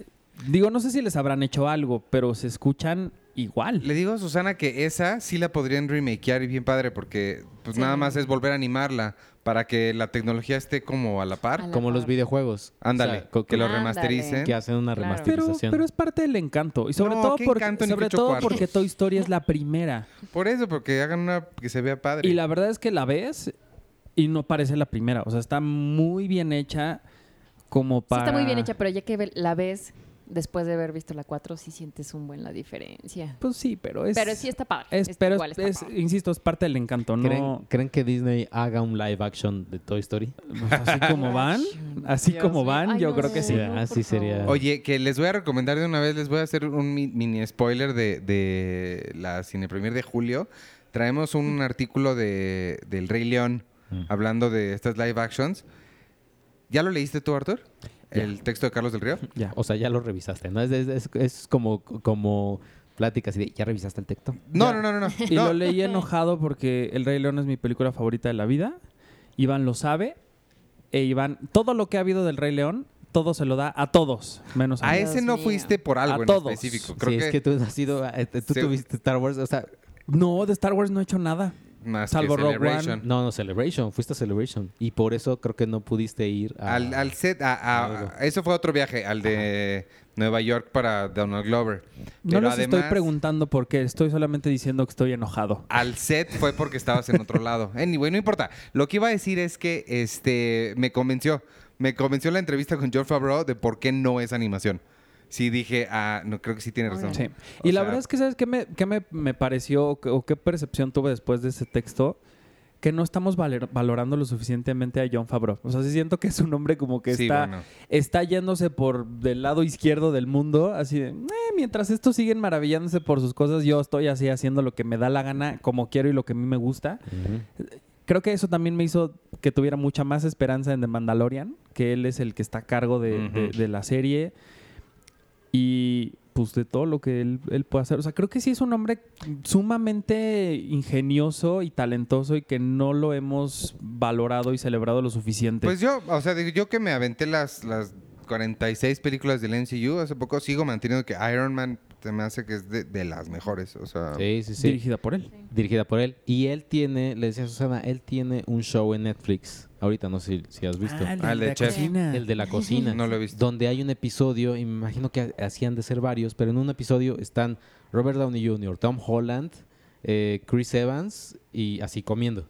Speaker 3: digo, no sé si les habrán hecho algo, pero se escuchan igual.
Speaker 1: Le digo a Susana que esa sí la podrían remakear y bien padre, porque pues
Speaker 2: Sí.
Speaker 1: nada más es volver a animarla para que la tecnología esté como a la par.
Speaker 2: A la-
Speaker 4: Como los videojuegos.
Speaker 1: Ándale,
Speaker 4: O sea, co-
Speaker 1: que lo
Speaker 2: Ándale.
Speaker 1: remastericen.
Speaker 4: que hacen una
Speaker 2: Claro.
Speaker 3: Pero,
Speaker 4: remasterización.
Speaker 3: pero es parte del encanto. Y sobre
Speaker 1: No,
Speaker 3: todo,
Speaker 1: qué encanto
Speaker 3: porque,
Speaker 1: ni
Speaker 3: sobre
Speaker 1: qué
Speaker 3: todo
Speaker 1: chocuarro.
Speaker 3: porque Toy Story es la primera.
Speaker 1: Por eso, porque hagan una que se vea padre.
Speaker 3: Y la verdad es que la ves y no parece la primera. O sea, está muy bien hecha como
Speaker 2: Sí
Speaker 3: para...
Speaker 2: está muy bien hecha, pero ya que ve- la ves después de haber visto la 4, sí sientes un buen la diferencia.
Speaker 3: Pues sí, pero es...
Speaker 2: pero sí está padre.
Speaker 3: es-
Speaker 2: es-
Speaker 3: pero
Speaker 2: igual
Speaker 3: es-
Speaker 2: está
Speaker 3: es-
Speaker 2: padre.
Speaker 3: insisto, es parte del encanto,
Speaker 4: ¿Creen,
Speaker 3: no
Speaker 4: creen que Disney haga un live action de Toy Story?
Speaker 3: Pues así como van, así
Speaker 2: Dios
Speaker 3: como
Speaker 2: mío.
Speaker 3: van,
Speaker 2: Ay,
Speaker 3: yo
Speaker 2: no,
Speaker 3: creo que sí.
Speaker 2: no, por
Speaker 4: Así sería.
Speaker 2: favor.
Speaker 1: Oye, que les voy a recomendar de una vez, les voy a hacer un mi- mini spoiler de, de la cinepremier de julio. Traemos
Speaker 3: Mm.
Speaker 1: un artículo de, del Rey León hablando de estas live actions. ¿Ya lo leíste tú, Arthur? El texto de Carlos del Río.
Speaker 3: Ya.
Speaker 4: O sea, ya lo revisaste, ¿no? Es, es- es- es como, como pláticas y de, ¿ya revisaste el texto?
Speaker 1: No,
Speaker 3: Ya.
Speaker 1: no, no, no. no.
Speaker 3: Y
Speaker 1: No.
Speaker 3: lo leí enojado porque El Rey León es mi película favorita de la vida. Iván lo sabe. E Iván, todo lo que ha habido del Rey León, todo se lo da a todos, menos a
Speaker 1: A
Speaker 3: mí.
Speaker 1: ese
Speaker 2: Dios
Speaker 1: no
Speaker 2: mío.
Speaker 1: fuiste por algo
Speaker 3: A
Speaker 1: en
Speaker 3: todos.
Speaker 1: específico. Creo
Speaker 4: sí,
Speaker 1: que,
Speaker 4: es que tú has sido, eh, tú
Speaker 1: Sí.
Speaker 4: tuviste Star Wars, o sea,
Speaker 3: No, de Star Wars no he hecho nada.
Speaker 1: más
Speaker 3: salvo
Speaker 1: que
Speaker 3: Rogue One.
Speaker 1: Celebration.
Speaker 4: no, no, Celebration, fuiste a Celebration. Y por eso creo que no pudiste ir
Speaker 3: Ah.
Speaker 4: a...
Speaker 1: Al, al set, a- a-
Speaker 4: Algo.
Speaker 1: eso fue otro viaje, al de Nueva York para Donald Glover.
Speaker 3: No
Speaker 1: Pero
Speaker 3: les estoy
Speaker 1: además-
Speaker 3: preguntando por qué, estoy solamente diciendo que estoy enojado.
Speaker 1: al set fue porque estabas en otro lado. Anyway, no importa. Lo que iba a decir es que este me convenció. Me convenció la entrevista con George Favreau de por qué no es animación. Sí, dije, ah, no, creo que sí tiene razón.
Speaker 3: Sí.
Speaker 1: O
Speaker 3: Y la
Speaker 1: sea-
Speaker 3: verdad es que, ¿sabes qué me, qué me, me pareció o qué- o qué percepción tuve después de ese texto? Que no estamos valer- valorando lo suficientemente a John Favreau. O sea, sí siento que es un hombre como que
Speaker 1: Sí,
Speaker 3: está,
Speaker 1: bueno.
Speaker 3: está yéndose por del lado izquierdo del mundo, así de, "Eh, mientras estos siguen maravillándose por sus cosas, yo estoy así haciendo lo que me da la gana, como quiero y lo que a mí me gusta.
Speaker 4: Ujú.
Speaker 3: Creo que eso también me hizo que tuviera mucha más esperanza en The Mandalorian, que él es el que está a cargo de,
Speaker 1: Ujú.
Speaker 3: de- de la serie y pues de todo lo que él, él puede hacer. O sea, creo que sí es un hombre sumamente ingenioso y talentoso y que no lo hemos valorado y celebrado lo suficiente.
Speaker 1: Pues yo, o sea, digo, yo que me aventé las, las 46 películas del MCU hace poco, sigo manteniendo que Iron Man se me hace que es de, de las mejores. O sea,
Speaker 4: Sí, sí, sí.
Speaker 3: Dirigida por él.
Speaker 4: Dirigida por él. Y él tiene, le decía a Susana, él tiene un show en Netflix. Ahorita no sé si, si has visto.
Speaker 1: Ah, el de Chef.
Speaker 4: El de la cocina.
Speaker 1: No lo he visto.
Speaker 4: Donde hay un episodio, y me imagino que ha- hacían de ser varios, pero en un episodio están Robert Downey Jr., Tom Holland, eh, Chris Evans y así comiendo.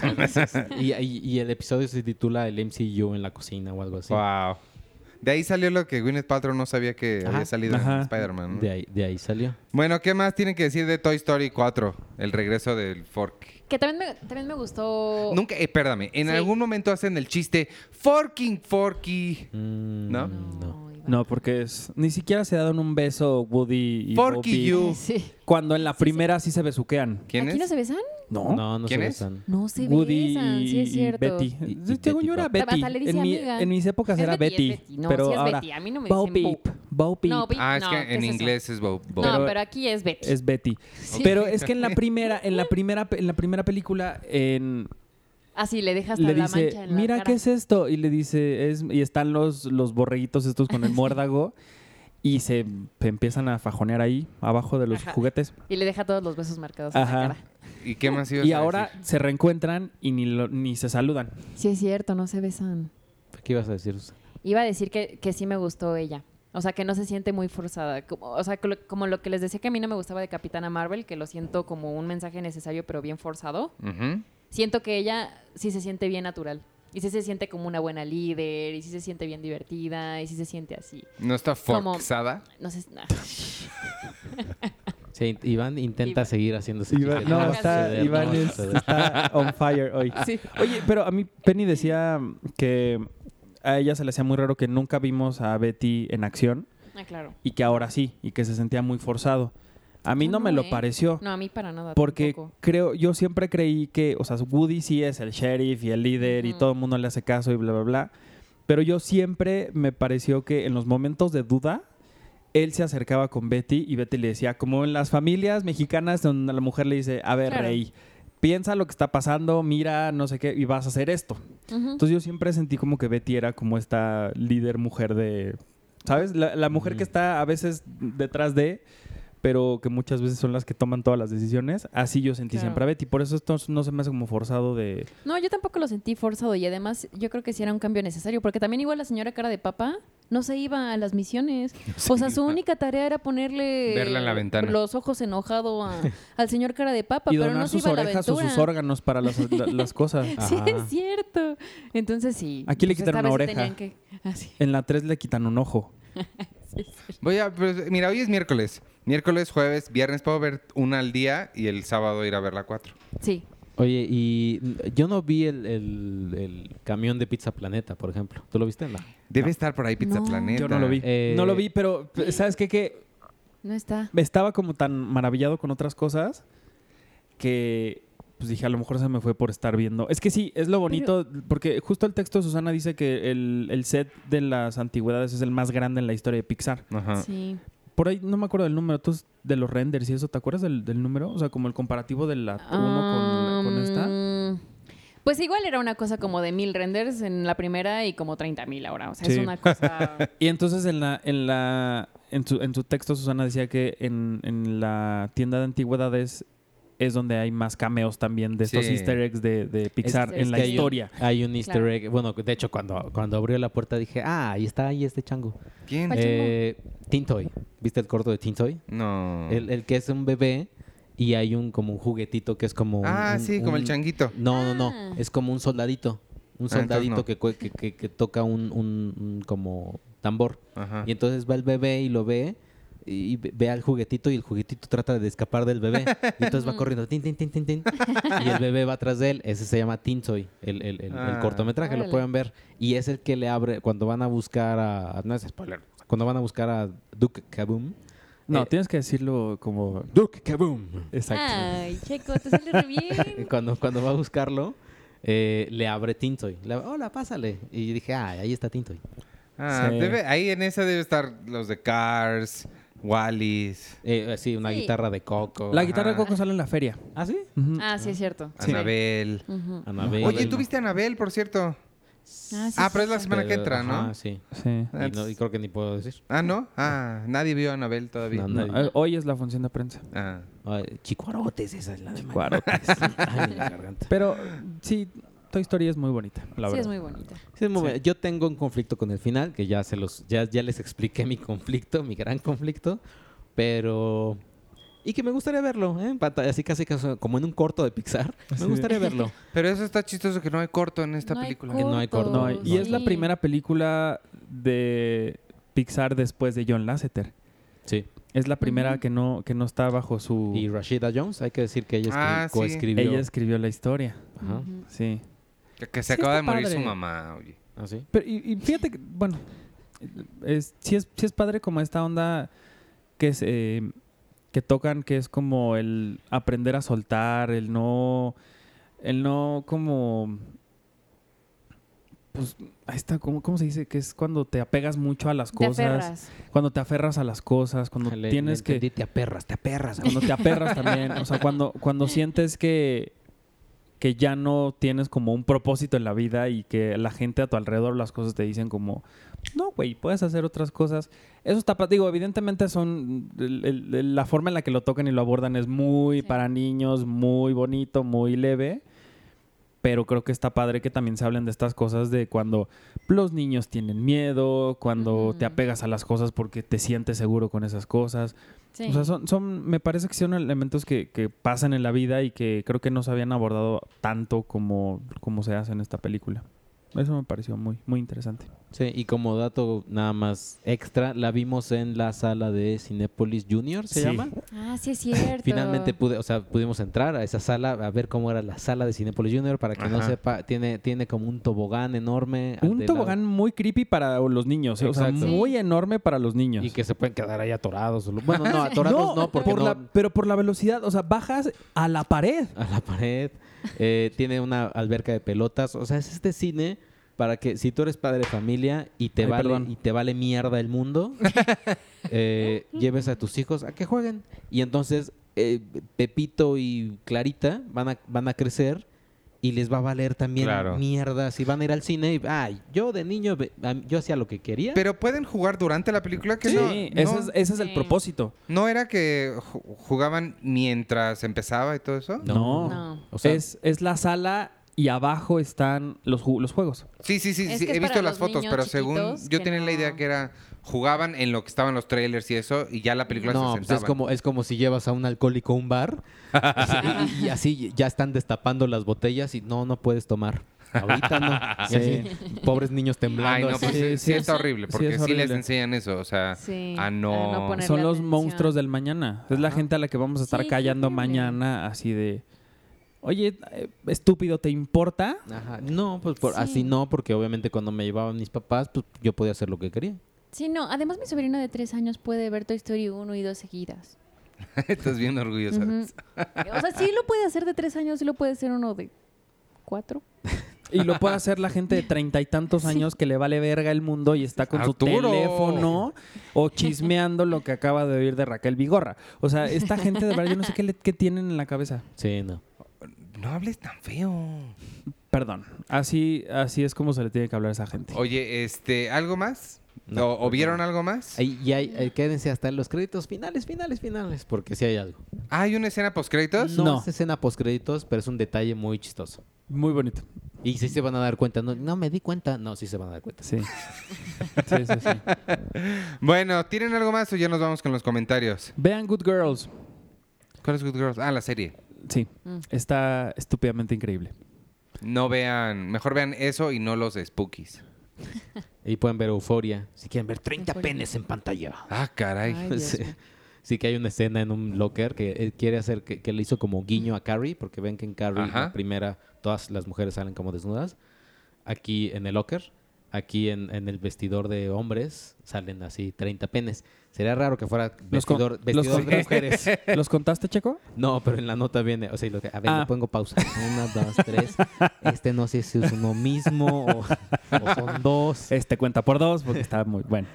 Speaker 4: y, y- y el episodio se titula El MCU en la cocina o algo así.
Speaker 1: wow. De ahí salió lo que Gwyneth Paltrow no sabía que
Speaker 4: Ajá.
Speaker 1: había salido en
Speaker 3: Ajá.
Speaker 1: Spider-Man. ¿no?
Speaker 4: De ahí, de ahí salió.
Speaker 1: Bueno, ¿qué más tienen que decir de Toy Story 4? El regreso del fork.
Speaker 2: Que también me, también me gustó.
Speaker 1: Nunca, eh, perdóname, en
Speaker 2: Oh. Sí.
Speaker 1: algún momento hacen el chiste Forking Forky.
Speaker 4: Mm,
Speaker 1: ¿No?
Speaker 4: no.
Speaker 2: Iván.
Speaker 3: No, porque es, ni siquiera se dan un beso Woody y
Speaker 1: Forky
Speaker 3: Bobby,
Speaker 1: you.
Speaker 2: Sí.
Speaker 3: Cuando en la primera sí se besuquean.
Speaker 1: ¿Quién
Speaker 2: ¿Aquí no
Speaker 1: es?
Speaker 2: se besan?
Speaker 3: No.
Speaker 4: No, no se
Speaker 1: ¿Quién es?
Speaker 4: besan.
Speaker 2: No se
Speaker 3: Woody
Speaker 2: besan, sí es
Speaker 3: y
Speaker 2: cierto.
Speaker 3: Betty.
Speaker 4: Y- y
Speaker 3: Según yo
Speaker 4: Betty
Speaker 3: era
Speaker 4: Boop.
Speaker 3: Betty.
Speaker 2: Hasta le dice
Speaker 3: En, mi-
Speaker 2: amiga.
Speaker 3: en mis épocas
Speaker 2: Es
Speaker 3: era
Speaker 2: Betty,
Speaker 3: Betty.
Speaker 2: es Betty. No,
Speaker 3: pero
Speaker 2: sí es
Speaker 3: ahora,
Speaker 2: Betty. A mí no me
Speaker 3: Bo
Speaker 2: dicen
Speaker 3: Peep,
Speaker 2: Boop.
Speaker 3: Bo Peep
Speaker 2: No, Betty,
Speaker 1: Ah, es
Speaker 2: no,
Speaker 1: que
Speaker 2: ¿qué
Speaker 1: en
Speaker 2: es eso?
Speaker 1: inglés es Bob. Bob.
Speaker 2: No,
Speaker 3: Pero-
Speaker 2: pero aquí es Betty.
Speaker 3: es Betty.
Speaker 2: Sí.
Speaker 3: Pero es que en la primera, en la primera, en la primera película, en,
Speaker 2: Así le dejas
Speaker 3: le
Speaker 2: la
Speaker 3: dice,
Speaker 2: mancha en la
Speaker 3: mira
Speaker 2: cara.
Speaker 3: qué es esto. Y le dice, es, y están los, los borreguitos estos con el muérdago. Y se empiezan a fajonear ahí, abajo de los
Speaker 2: Ajá.
Speaker 3: juguetes.
Speaker 2: Y le deja todos los besos marcados en
Speaker 3: Ajá.
Speaker 2: la cara.
Speaker 1: ¿Y qué más ibas
Speaker 3: Y
Speaker 1: a
Speaker 3: ahora
Speaker 1: decir?
Speaker 3: se reencuentran y ni, lo- ni se saludan.
Speaker 2: Sí es cierto, no se besan.
Speaker 4: ¿Qué ibas a decir? Susa?
Speaker 2: Iba a decir que, que sí me gustó ella. O sea, que no se siente muy forzada. Como- o sea, que lo- como lo que les decía que a mí no me gustaba de Capitana Marvel, que lo siento como un mensaje necesario pero bien forzado.
Speaker 1: Ujú.
Speaker 2: Siento que ella sí se siente bien natural. Y sí se siente como una buena líder, y sí se siente bien divertida, y sí se siente así.
Speaker 1: No está
Speaker 2: Como-
Speaker 1: forzada.
Speaker 2: No sé. ah.
Speaker 4: Sí, Iván intenta
Speaker 2: Iván.
Speaker 4: seguir haciendo ese
Speaker 3: Iván-
Speaker 4: chiste.
Speaker 3: no,
Speaker 4: va a
Speaker 3: está,
Speaker 4: suceder,
Speaker 3: Iván
Speaker 4: no va a
Speaker 3: es-
Speaker 4: suceder.
Speaker 3: está on fire hoy. Oye, pero a mí Penny decía que a ella se le hacía muy raro que nunca vimos a Betty en acción
Speaker 2: Ah, claro.
Speaker 3: y que ahora sí, y que se sentía muy forzado. A mí
Speaker 2: Yo
Speaker 3: no,
Speaker 2: no,
Speaker 3: me lo
Speaker 2: ¿eh?
Speaker 3: pareció.
Speaker 2: No, a mí para nada.
Speaker 3: Porque
Speaker 2: tampoco.
Speaker 3: creo, yo siempre creí que, o sea, Woody sí es el sheriff y el líder y
Speaker 2: Ujú.
Speaker 3: todo el mundo le hace caso y bla, bla, bla. Pero yo siempre me pareció que en los momentos de duda, él se acercaba con Betty y Betty le decía, como en las familias mexicanas donde la mujer le dice, a ver,
Speaker 2: Claro.
Speaker 3: rey, piensa lo que está pasando, mira, no sé qué, y vas a hacer esto.
Speaker 2: Ujú.
Speaker 3: Entonces yo siempre sentí como que Betty era como esta líder mujer de... ¿Sabes? La, la mujer que está a veces detrás de, pero que muchas veces son las que toman todas las decisiones. Así yo sentí
Speaker 2: Claro.
Speaker 3: siempre a Betty. Por eso esto no se me hace como forzado de...
Speaker 2: No, yo tampoco lo sentí forzado y además yo creo que sí era un cambio necesario, porque también igual la señora cara de papa no se iba a las misiones.
Speaker 1: se
Speaker 2: o sea, su
Speaker 1: iba.
Speaker 2: única tarea era ponerle
Speaker 1: Verla en la ventana.
Speaker 2: los ojos enojado a- al señor cara de papa,
Speaker 3: y
Speaker 2: pero
Speaker 3: donar
Speaker 2: no se
Speaker 3: sus
Speaker 2: iba a la
Speaker 3: orejas o
Speaker 2: aventura.
Speaker 3: sus órganos para las, la- las cosas.
Speaker 2: Sí,
Speaker 4: Ajá.
Speaker 2: es cierto. Entonces sí. pues,
Speaker 3: Aquí le
Speaker 2: esta
Speaker 3: quitaron una
Speaker 2: vez
Speaker 3: oreja.
Speaker 2: tenían que- ah, así.
Speaker 3: En la 3 le quitan un ojo.
Speaker 1: Voy a, pues, mira, hoy es miércoles. Miércoles, jueves, viernes puedo ver una al día y el sábado ir a ver la cuatro.
Speaker 2: Sí.
Speaker 4: Oye, y mm, yo no vi el, el- el camión de Pizza Planeta, por ejemplo. ¿Tú lo viste, Emma?
Speaker 1: Debe estar por ahí Pizza
Speaker 2: No.
Speaker 1: Planeta.
Speaker 3: Yo no lo vi.
Speaker 4: Eh,
Speaker 3: no lo vi, pero p- ¿sabes qué? Que
Speaker 2: No está.
Speaker 3: estaba como tan maravillado con otras cosas que pues dije, a lo mejor se me fue por estar viendo. Es que sí, es lo bonito, porque justo el texto de Susana dice que el, el set de las antigüedades es el más grande en la historia de Pixar.
Speaker 1: Ajá.
Speaker 2: Sí.
Speaker 3: Por ahí no me acuerdo del número, tú de los renders y eso, ¿te acuerdas del, del número? O sea, como el comparativo de la 1 con, con esta.
Speaker 2: Um, Pues igual era una cosa como de mil renders en la primera y como 30 mil ahora. O sea, es
Speaker 3: Sí.
Speaker 2: una cosa.
Speaker 3: Y entonces en la, en la, en su, en su texto Susana decía que en, en la tienda de antigüedades es donde hay más cameos también de estos
Speaker 1: Sí.
Speaker 3: easter eggs de, de Pixar
Speaker 2: Es-
Speaker 3: en
Speaker 2: es
Speaker 3: la
Speaker 2: que hay-
Speaker 3: historia.
Speaker 4: Hay un easter
Speaker 2: Claro.
Speaker 4: egg. Bueno, de hecho, cuando, cuando abrió la puerta dije, ah, ahí está ahí este chango.
Speaker 1: ¿Quién?
Speaker 2: ¿Cuál chango?
Speaker 4: Eh, Tintoy. ¿Viste el corto de Tintoy?
Speaker 1: No.
Speaker 4: El, el que es un bebé y hay un como un juguetito que es como un-
Speaker 1: ah,
Speaker 4: un-
Speaker 1: sí, como el
Speaker 4: un-
Speaker 1: changuito.
Speaker 4: No, no, no.
Speaker 2: Ah.
Speaker 4: Es como un soldadito. Un
Speaker 1: Ah, entonces
Speaker 4: soldadito
Speaker 1: no.
Speaker 4: que, cue- que, que- que toca un, un- un como tambor.
Speaker 1: Ajá.
Speaker 4: Y entonces va el bebé y lo ve y ve- ve al juguetito y el juguetito trata de escapar del bebé. Y entonces
Speaker 2: Mm.
Speaker 4: va corriendo, tin, tin, tin, tin, tin, y el bebé va atrás de él. Ese se llama Tinsoy, el, el- el- el
Speaker 1: Ah.
Speaker 4: cortometraje,
Speaker 2: Órale.
Speaker 4: lo pueden ver. Y es el que le abre, cuando van a buscar a, no es spoiler, cuando van a buscar a Duke Kaboom.
Speaker 3: No,
Speaker 4: Eh,
Speaker 3: tienes que decirlo como...
Speaker 4: Duke Kaboom.
Speaker 3: Exacto.
Speaker 2: Ay, Checo, te sale re
Speaker 4: Y
Speaker 2: bien.
Speaker 4: eh, cuando, cuando va a buscarlo, eh, le abre Tintoy. Le abre, Hola, pásale. Y yo dije, ah, ahí está Tintoy.
Speaker 1: Ah,
Speaker 3: Sí.
Speaker 1: debe- ahí en esa debe estar los de Cars, Wallis,
Speaker 4: Eh, sí, una
Speaker 2: Sí.
Speaker 4: guitarra de coco.
Speaker 3: La guitarra de Coco sale en la feria.
Speaker 4: ¿Ah, sí?
Speaker 3: Ujú.
Speaker 2: Ah, sí, es cierto. Sí.
Speaker 1: Anabel.
Speaker 2: Ujú.
Speaker 4: Anabel.
Speaker 1: Oye, ¿tú viste a Anabel, por cierto?
Speaker 2: Ah, sí,
Speaker 1: Ah,
Speaker 2: sí,
Speaker 1: pero es la
Speaker 2: sí.
Speaker 1: semana que entra, ¿no?
Speaker 4: Ah, sí.
Speaker 3: Sí.
Speaker 4: Y, no- y creo que ni puedo decir.
Speaker 1: Ah, ¿no? Ah, nadie vio a Anabel todavía.
Speaker 4: No, no.
Speaker 3: No, eh, hoy es la función de prensa.
Speaker 1: Ah.
Speaker 4: Ay, Chicuarotes, esa es la de
Speaker 3: Chicuarotes.
Speaker 4: Ay, la garganta.
Speaker 3: Pero sí, Toy Story es muy bonita, la
Speaker 2: Sí,
Speaker 3: verdad.
Speaker 2: es muy bonita.
Speaker 4: Sí, un momento. Yo tengo un conflicto con el final, que ya se los, ya, ya les expliqué mi conflicto, mi gran conflicto, pero y que me gustaría verlo, ¿eh? En pantalla, así casi casi como en un corto de Pixar. Me gustaría verlo.
Speaker 1: Pero eso está chistoso que no hay corto en esta
Speaker 2: No hay
Speaker 1: película.
Speaker 4: Que no hay corto.
Speaker 3: No, y es la
Speaker 2: Sí.
Speaker 3: primera película de Pixar después de John Lasseter.
Speaker 4: Sí.
Speaker 3: Es la primera
Speaker 2: Ujú.
Speaker 3: que no que no está bajo su
Speaker 4: Y Rashida Jones, hay que decir que ella escri-
Speaker 1: Ah, sí.
Speaker 4: coescribió.
Speaker 3: ella escribió la historia.
Speaker 4: Ajá.
Speaker 2: Ujú.
Speaker 3: Sí.
Speaker 1: Que, que se
Speaker 3: Sí,
Speaker 1: acaba de
Speaker 3: está
Speaker 1: morir su
Speaker 3: padre.
Speaker 1: mamá, oye.
Speaker 4: ¿Ah, sí?
Speaker 3: Pero y, y fíjate que bueno, es sí es sí es padre como esta onda que es eh, que tocan que es como el aprender a soltar, el no el no como pues ahí está, ¿cómo, cómo se dice? Que es cuando te apegas mucho a las
Speaker 2: Te
Speaker 3: cosas.
Speaker 2: aferras.
Speaker 3: cuando te aferras a las cosas, cuando
Speaker 4: Le- le
Speaker 3: tienes que
Speaker 4: entendí, te aperras, te aperras.
Speaker 3: cuando te aperras también, o sea, cuando cuando sientes que que ya no tienes como un propósito en la vida y que la gente a tu alrededor las cosas te dicen como no, güey, puedes hacer otras cosas. Eso está, pa- digo, evidentemente son el- el- el- la forma en la que lo tocan y lo abordan es muy
Speaker 2: Sí.
Speaker 3: para niños, muy bonito, muy leve. Pero creo que está padre que también se hablen de estas cosas de cuando los niños tienen miedo, cuando te
Speaker 2: Ujú.
Speaker 3: apegas a las cosas porque te sientes seguro con esas cosas.
Speaker 2: Sí.
Speaker 3: O sea, son, son, me parece que son elementos que, que pasan en la vida y que creo que no se habían abordado tanto como, como se hace en esta película. Eso me pareció muy, muy interesante.
Speaker 4: Sí, y como dato nada más extra, la vimos en la sala de Cinépolis Junior, ¿se
Speaker 3: Sí.
Speaker 4: llama?
Speaker 2: Ah, sí, es cierto.
Speaker 4: Finalmente pude, o sea, pudimos entrar a esa sala a ver cómo era la sala de Cinepolis Junior. Para que no
Speaker 1: Ajá.
Speaker 4: sepa, tiene, tiene como un tobogán enorme. al
Speaker 3: Un
Speaker 4: Ah, de
Speaker 3: tobogán muy creepy para los niños, ¿eh? o sea,
Speaker 4: Exacto.
Speaker 3: muy enorme para los
Speaker 4: lado,
Speaker 3: niños.
Speaker 4: y que se pueden quedar ahí atorados. o lo- Bueno, no, atorados no, porque
Speaker 3: por
Speaker 4: no-
Speaker 3: la- pero por la velocidad, o sea, bajas a la pared.
Speaker 4: a la pared. eh, tiene una alberca de pelotas. O sea, es este cine para que si tú eres padre de familia y te,
Speaker 3: Ay,
Speaker 4: vale,
Speaker 3: perdón.
Speaker 4: y te vale mierda el mundo, eh, lleves a tus hijos a que jueguen. Y entonces eh, Pepito y Clarita van a, van a crecer y les va a valer también
Speaker 1: Claro.
Speaker 4: mierda si van a ir al cine y ay, yo de niño ve- a mí- yo hacía lo que quería.
Speaker 1: Pero pueden jugar durante la película que
Speaker 3: Sí,
Speaker 1: no,
Speaker 3: ese,
Speaker 1: no-
Speaker 3: es, ese es el
Speaker 2: Sí.
Speaker 3: propósito.
Speaker 1: no era que ju- jugaban mientras empezaba y todo eso.
Speaker 3: No.
Speaker 2: No.
Speaker 4: O sea-
Speaker 3: es, es la sala y abajo están los, ju- los juegos.
Speaker 1: Sí, sí, sí,
Speaker 2: Es
Speaker 1: sí,
Speaker 2: que es
Speaker 1: he visto
Speaker 2: para
Speaker 1: las
Speaker 2: los
Speaker 1: fotos,
Speaker 2: niños
Speaker 1: pero según
Speaker 2: chiquitos
Speaker 1: yo
Speaker 2: que
Speaker 1: tenía la idea
Speaker 2: no-
Speaker 1: que era jugaban en lo que estaban los trailers y eso y ya la película
Speaker 4: no,
Speaker 1: se
Speaker 4: pues
Speaker 1: sentaba.
Speaker 4: es como es como si llevas a un alcohólico a un bar y, y así ya están destapando las botellas y no no puedes tomar. Ahorita no. Y así, pobres niños
Speaker 1: Ay,
Speaker 4: temblando.
Speaker 1: no,
Speaker 4: así.
Speaker 1: pues
Speaker 3: Sí,
Speaker 1: sí,
Speaker 3: sí
Speaker 1: sí
Speaker 3: es-
Speaker 1: está horrible,
Speaker 3: sí
Speaker 1: porque sí,
Speaker 3: es
Speaker 1: les
Speaker 3: horrible.
Speaker 1: enseñan eso, o sea,
Speaker 2: Sí,
Speaker 1: a Ah, no...
Speaker 2: a no poner-
Speaker 3: Son
Speaker 2: la
Speaker 3: los
Speaker 2: atención.
Speaker 3: monstruos del mañana. Es la gente a la que vamos a estar
Speaker 2: Sí, qué
Speaker 3: callando
Speaker 2: horrible.
Speaker 3: mañana así de... Oye, eh, estúpido, ¿te importa?
Speaker 4: Ajá. No, pues por,
Speaker 2: Sí.
Speaker 4: así no, porque obviamente cuando me llevaban mis papás, pues yo podía hacer lo que quería.
Speaker 2: Sí, no. Además, mi sobrino de tres años puede ver Toy Story 1 y 2 seguidas.
Speaker 1: Estás bien orgullosa. de
Speaker 2: Ujú.
Speaker 1: eso.
Speaker 2: O sea, sí lo puede hacer de tres años, sí lo puede hacer uno de cuatro.
Speaker 3: Y lo puede hacer la gente de treinta y tantos años que le vale verga el mundo y está con su
Speaker 1: Arturo.
Speaker 3: teléfono o chismeando lo que acaba de oír de Raquel Vigorra. O sea, esta gente de verdad, yo no sé qué, le- qué tienen en la cabeza.
Speaker 4: Sí, no.
Speaker 1: No hables tan feo.
Speaker 3: Perdón. Así, así es como se le tiene que hablar a esa gente.
Speaker 1: Oye, este, ¿algo más?
Speaker 4: No,
Speaker 1: ¿O, o vieron algo más?
Speaker 4: Ahí- y hay, eh, quédense hasta los créditos finales, finales, finales, porque si hay algo.
Speaker 1: Ah, ¿Hay una escena post créditos?
Speaker 4: No,
Speaker 3: No.
Speaker 4: es escena post créditos, pero es un detalle muy chistoso.
Speaker 3: Muy bonito.
Speaker 4: Y sí se van a dar cuenta. No, no me di cuenta. No, sí se van a dar cuenta.
Speaker 3: Sí. Sí, sí, sí.
Speaker 4: Mm.
Speaker 1: Bueno, ¿tienen algo más o ya nos vamos con los comentarios?
Speaker 3: Vean Good Girls.
Speaker 1: ¿Cuál es Good Girls? Ah, la serie.
Speaker 3: Sí.
Speaker 2: Mm.
Speaker 3: Está estúpidamente increíble.
Speaker 1: No vean, mejor vean eso y no los Spookies.
Speaker 4: Y pueden ver Euforia. Si quieren ver 30
Speaker 2: Euphoria.
Speaker 4: penes en pantalla.
Speaker 1: Ah, caray.
Speaker 2: Ay, Dios
Speaker 4: Sí.
Speaker 2: mío.
Speaker 4: Sí que hay una escena en un locker que él quiere hacer, que, que le hizo como guiño a Carrie, porque ven que en Carrie,
Speaker 1: Ajá.
Speaker 4: la primera, todas las mujeres salen como desnudas. Aquí en el locker, aquí en, en el vestidor de hombres, salen así 30 penes. Sería raro que fuera
Speaker 3: Los con-
Speaker 4: vestidor,
Speaker 3: los
Speaker 4: vestidor
Speaker 3: con-
Speaker 4: de mujeres.
Speaker 3: ¿Los contaste, Checo?
Speaker 4: No, pero en la nota viene, o sea, y lo que- a ver,
Speaker 3: Ah.
Speaker 4: le pongo pausa. Una, dos, tres. Este no sé si es uno mismo o, o son dos.
Speaker 3: Este cuenta por dos porque está muy bueno.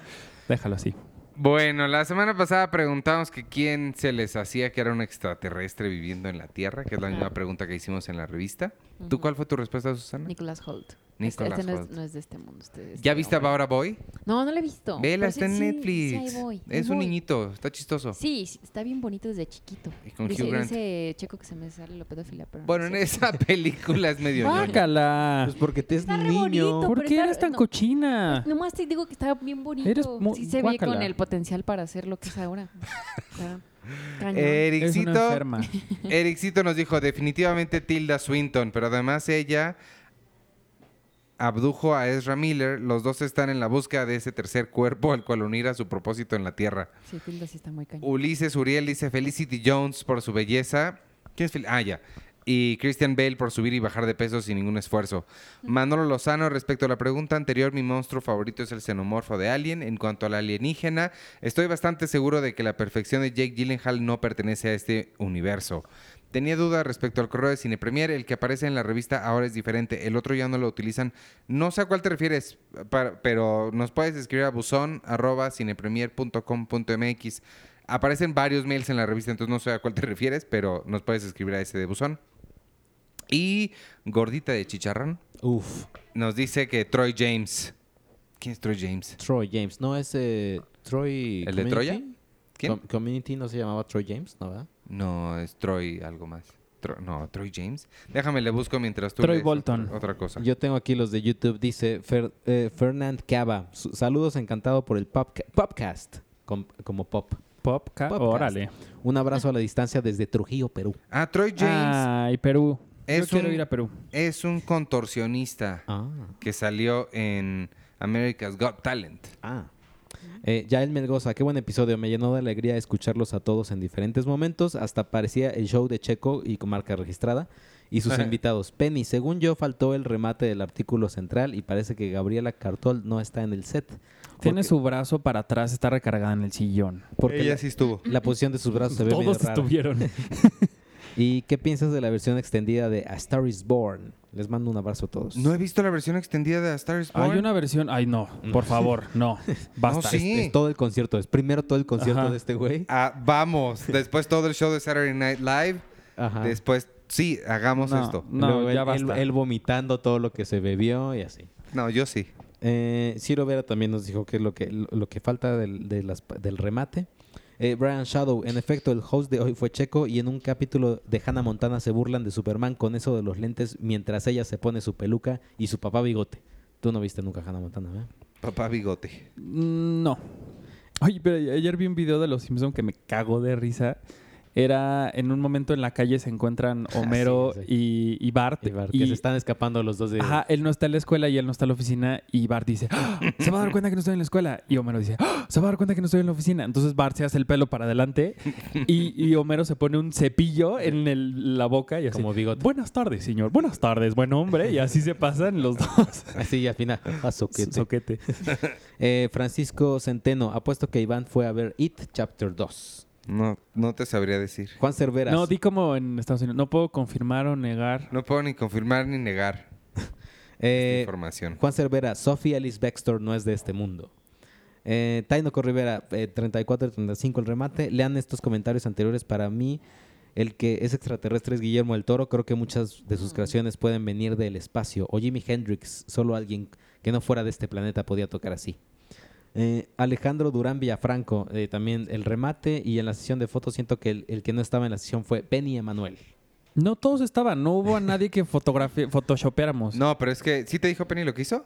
Speaker 3: Déjalo así.
Speaker 1: Bueno, la semana pasada preguntamos que quién se les hacía que era un extraterrestre viviendo en la Tierra, que es la misma pregunta que hicimos en la revista. ¿Tú
Speaker 2: Ujú.
Speaker 1: cuál fue tu respuesta, Susana?
Speaker 2: Nicolas Holt.
Speaker 1: Nicolas
Speaker 2: este no,
Speaker 1: Holt.
Speaker 2: Es, no es de este mundo. este- este
Speaker 1: ¿Ya viste a
Speaker 2: hombre.
Speaker 1: Baura Boy?
Speaker 2: No, no lo he visto.
Speaker 1: Vela,
Speaker 2: Pero
Speaker 1: está en
Speaker 2: sí- sí,
Speaker 1: Netflix.
Speaker 2: ahí voy, ahí
Speaker 1: es un
Speaker 2: voy.
Speaker 1: niñito, está chistoso.
Speaker 2: Sí, sí, está bien bonito desde chiquito.
Speaker 1: Y con
Speaker 2: dice,
Speaker 1: Hugh Grant.
Speaker 2: dice Checo que se me sale lo pedófila, pero no
Speaker 1: Bueno,
Speaker 2: es
Speaker 1: en
Speaker 2: cierto.
Speaker 1: esa película es medio ñoño.
Speaker 3: ¡Bácala!
Speaker 4: Pues porque te es
Speaker 2: Está re
Speaker 4: niño.
Speaker 2: bonito.
Speaker 3: ¿Por
Speaker 2: pero
Speaker 3: qué
Speaker 2: está-
Speaker 3: eres tan
Speaker 2: no.
Speaker 3: cochina?
Speaker 2: Nomás te digo que está bien bonito.
Speaker 3: Eres mu-
Speaker 2: sí se ve
Speaker 3: guácala.
Speaker 2: con el potencial para hacer lo que es ahora. Está cañón.
Speaker 1: Eh,
Speaker 3: Eres una
Speaker 1: Ericito,
Speaker 3: enferma.
Speaker 1: Ericito nos dijo definitivamente Tilda Swinton, pero además ella abdujo a Ezra Miller. Los dos están en la búsqueda de ese tercer cuerpo al cual unir a su propósito en la Tierra.
Speaker 2: Sí, Tilda sí está muy cañón.
Speaker 1: Ulises Uriel dice Felicity Jones por su belleza. ¿Quién es Fel- Ah, ya. Y Christian Bale por subir y bajar de peso sin ningún esfuerzo. Manolo Lozano, respecto a la pregunta anterior, mi monstruo favorito es el xenomorfo de Alien. En cuanto al alienígena, estoy bastante seguro de que la perfección de Jake Gyllenhaal no pertenece a este universo. Tenía dudas respecto al correo de Cine Premier, el que aparece en la revista ahora es diferente, el otro ya no lo utilizan. No sé a cuál te refieres, pa- pero nos puedes escribir a buzón arroba cinepremier.com.mx. Aparecen varios mails en la revista, entonces no sé a cuál te refieres, pero nos puedes escribir a ese de buzón. Y Gordita de Chicharrón
Speaker 4: Uf,
Speaker 1: nos dice que Troy James. ¿Quién es Troy James?
Speaker 4: Troy James. No es eh, Troy.
Speaker 1: ¿El de
Speaker 4: Community?
Speaker 1: Troya? ¿Quién?
Speaker 4: Com- community no se llamaba Troy James, ¿no? verdad?
Speaker 1: No, es Troy algo más. Tro- no, Troy James. Déjame, le busco mientras tú
Speaker 3: Troy
Speaker 1: lees
Speaker 3: Bolton.
Speaker 1: otra- Otra cosa.
Speaker 4: Yo tengo aquí los de YouTube. Dice Fer- eh, Fernand Cava. Su- Saludos, encantado por el popca- popcast. Com- como pop.
Speaker 3: Pop, ca-
Speaker 4: Podcast.
Speaker 3: Ah, órale.
Speaker 4: Un abrazo a la distancia desde Trujillo, Perú.
Speaker 1: Ah, Troy James
Speaker 3: Ay, Perú.
Speaker 1: Es
Speaker 3: Yo quiero
Speaker 1: un-
Speaker 3: ir a Perú.
Speaker 1: es un contorsionista
Speaker 4: Ah.
Speaker 1: que salió en America's Got Talent.
Speaker 4: Ah. Eh, Yael Melgoza, qué buen episodio. Me llenó de alegría escucharlos a todos en diferentes momentos. Hasta parecía el show de Checo y con marca registrada. Y sus invitados. Penny, según yo, faltó el remate del artículo central y parece que Gabriela Cartol no está en el set.
Speaker 3: Tiene
Speaker 4: Porque-
Speaker 3: su brazo para atrás, está recargada en el sillón.
Speaker 4: Porque la,
Speaker 1: estuvo.
Speaker 4: la posición de sus brazos se ve medio
Speaker 3: Todos
Speaker 4: rara.
Speaker 3: estuvieron.
Speaker 4: ¿Y qué piensas de la versión extendida de A Star is Born? Les mando un abrazo a todos.
Speaker 1: No he visto la versión extendida de A Star is Born.
Speaker 3: Hay una versión. Ay, no, por favor, no. Basta.
Speaker 1: No, sí.
Speaker 4: Es todo el concierto. Es primero todo el concierto
Speaker 3: Ajá.
Speaker 4: de este güey.
Speaker 1: Ah, vamos, después todo el show de Saturday Night Live,
Speaker 4: Ajá.
Speaker 1: después sí, hagamos
Speaker 4: No,
Speaker 1: esto.
Speaker 3: No,
Speaker 4: Luego él-
Speaker 3: ya
Speaker 4: él-
Speaker 3: basta.
Speaker 4: Él, vomitando todo lo que se bebió y así.
Speaker 1: No, yo sí.
Speaker 4: Eh, Ciro Vera también nos dijo que es lo que, lo que falta del, de las- del remate. Eh, Brian Shadow, en efecto, el host de hoy fue checo y en un capítulo de Hannah Montana se burlan de Superman con eso de los lentes mientras ella se pone su peluca y su papá bigote. Tú no viste nunca Hannah Montana, ¿verdad?
Speaker 1: Papá bigote.
Speaker 3: Mm, No. Oye, pero ayer vi un video de los Simpson que me cagó de risa. Era en un momento en la calle se encuentran Homero
Speaker 4: Ah, sí.
Speaker 3: Y, y Bart.
Speaker 4: Y Bart, que se están escapando los dos de...
Speaker 3: Ajá, él no está en la escuela y él no está en la oficina. Y Bart dice, "¡Ah! se va a dar cuenta que no estoy en la escuela. Y Homero dice, "¡Ah! se va a dar cuenta que no estoy en la oficina. Entonces Bart se hace el pelo para adelante y, y Homero se pone un cepillo en el- la boca y así.
Speaker 4: Como bigote.
Speaker 3: Buenas tardes, señor. Buenas tardes, buen hombre. Y así se pasan los dos.
Speaker 4: Así y al final. ah, soquete.
Speaker 3: Soquete.
Speaker 4: Eh, Francisco Centeno, apuesto que Iván fue a ver It Chapter 2.
Speaker 1: No, no te sabría decir.
Speaker 4: Juan Cervera.
Speaker 3: No, di como en Estados Unidos. No puedo confirmar o negar.
Speaker 1: No puedo ni confirmar ni negar esta
Speaker 4: eh,
Speaker 1: información.
Speaker 4: Juan Cervera, Sophie Alice Baxter no es de este mundo. Eh, Tainoco Rivera, eh, 34 y 35 el remate. Lean estos comentarios anteriores. Para mí, el que es extraterrestre es Guillermo del Toro. Creo que muchas de sus
Speaker 1: Mm.
Speaker 4: creaciones pueden venir del espacio. O Jimi Hendrix, solo alguien que no fuera de este planeta podía tocar así. Eh, Alejandro Durán Villafranco, eh, también el remate. Y en la sesión de fotos siento que el, el que no estaba en la sesión fue Benny Emanuel.
Speaker 3: No todos estaban. No hubo a nadie que fotografi- photoshopeáramos. No.
Speaker 1: No, pero es que, ¿sí te dijo Penny lo que hizo?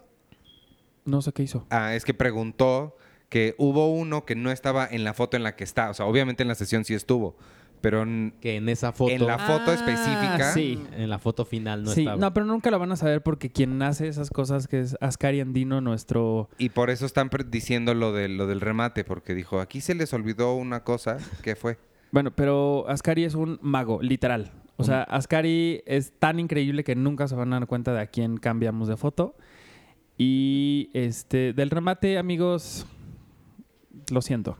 Speaker 3: sé qué hizo.
Speaker 1: Ah, es que preguntó que hubo uno que no estaba en la foto en la que está. O sea, obviamente en la sesión sí estuvo, pero en,
Speaker 4: Que en esa foto,
Speaker 1: en la foto
Speaker 2: Ah,
Speaker 1: específica.
Speaker 3: sí.
Speaker 4: en la foto final no
Speaker 3: sí,
Speaker 4: estaba.
Speaker 3: no, pero nunca lo van a saber porque quien hace esas cosas que es Ascari Andino, nuestro...
Speaker 1: Y por eso están pre- diciendo lo, de, lo del remate, porque dijo, aquí se les olvidó una cosa, que fue?
Speaker 3: Bueno, pero Ascari es un mago, literal. O sea, Ascari es tan increíble que nunca se van a dar cuenta de a quién cambiamos de foto. Y este, del remate, amigos, lo siento.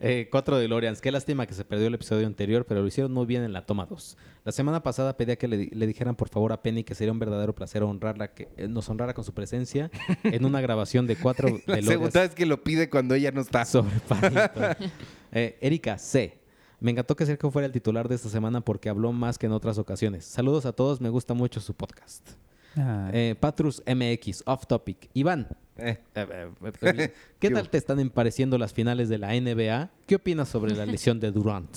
Speaker 4: Eh, cuatro de Lorians. Qué lástima que se perdió el episodio anterior, pero lo hicieron muy bien en la toma 2. La semana pasada pedía que le, di- le dijeran por favor a Penny que sería un verdadero placer honrarla, que eh, nos honrara con su presencia en una grabación de cuatro
Speaker 1: La
Speaker 4: de
Speaker 1: segunda
Speaker 4: Lorians
Speaker 1: vez que lo pide cuando ella no está.
Speaker 4: sobre Paddington. Eh, Erika C. Me encantó que Sergio fuera el titular de esta semana porque habló más que en otras ocasiones. Saludos a todos, me gusta mucho su podcast. Eh, Patrus MX, off topic. Iván,
Speaker 1: Eh,
Speaker 4: eh, eh, ¿qué tal te están empareciendo las finales de la NBA? ¿Qué opinas sobre la lesión de Durant?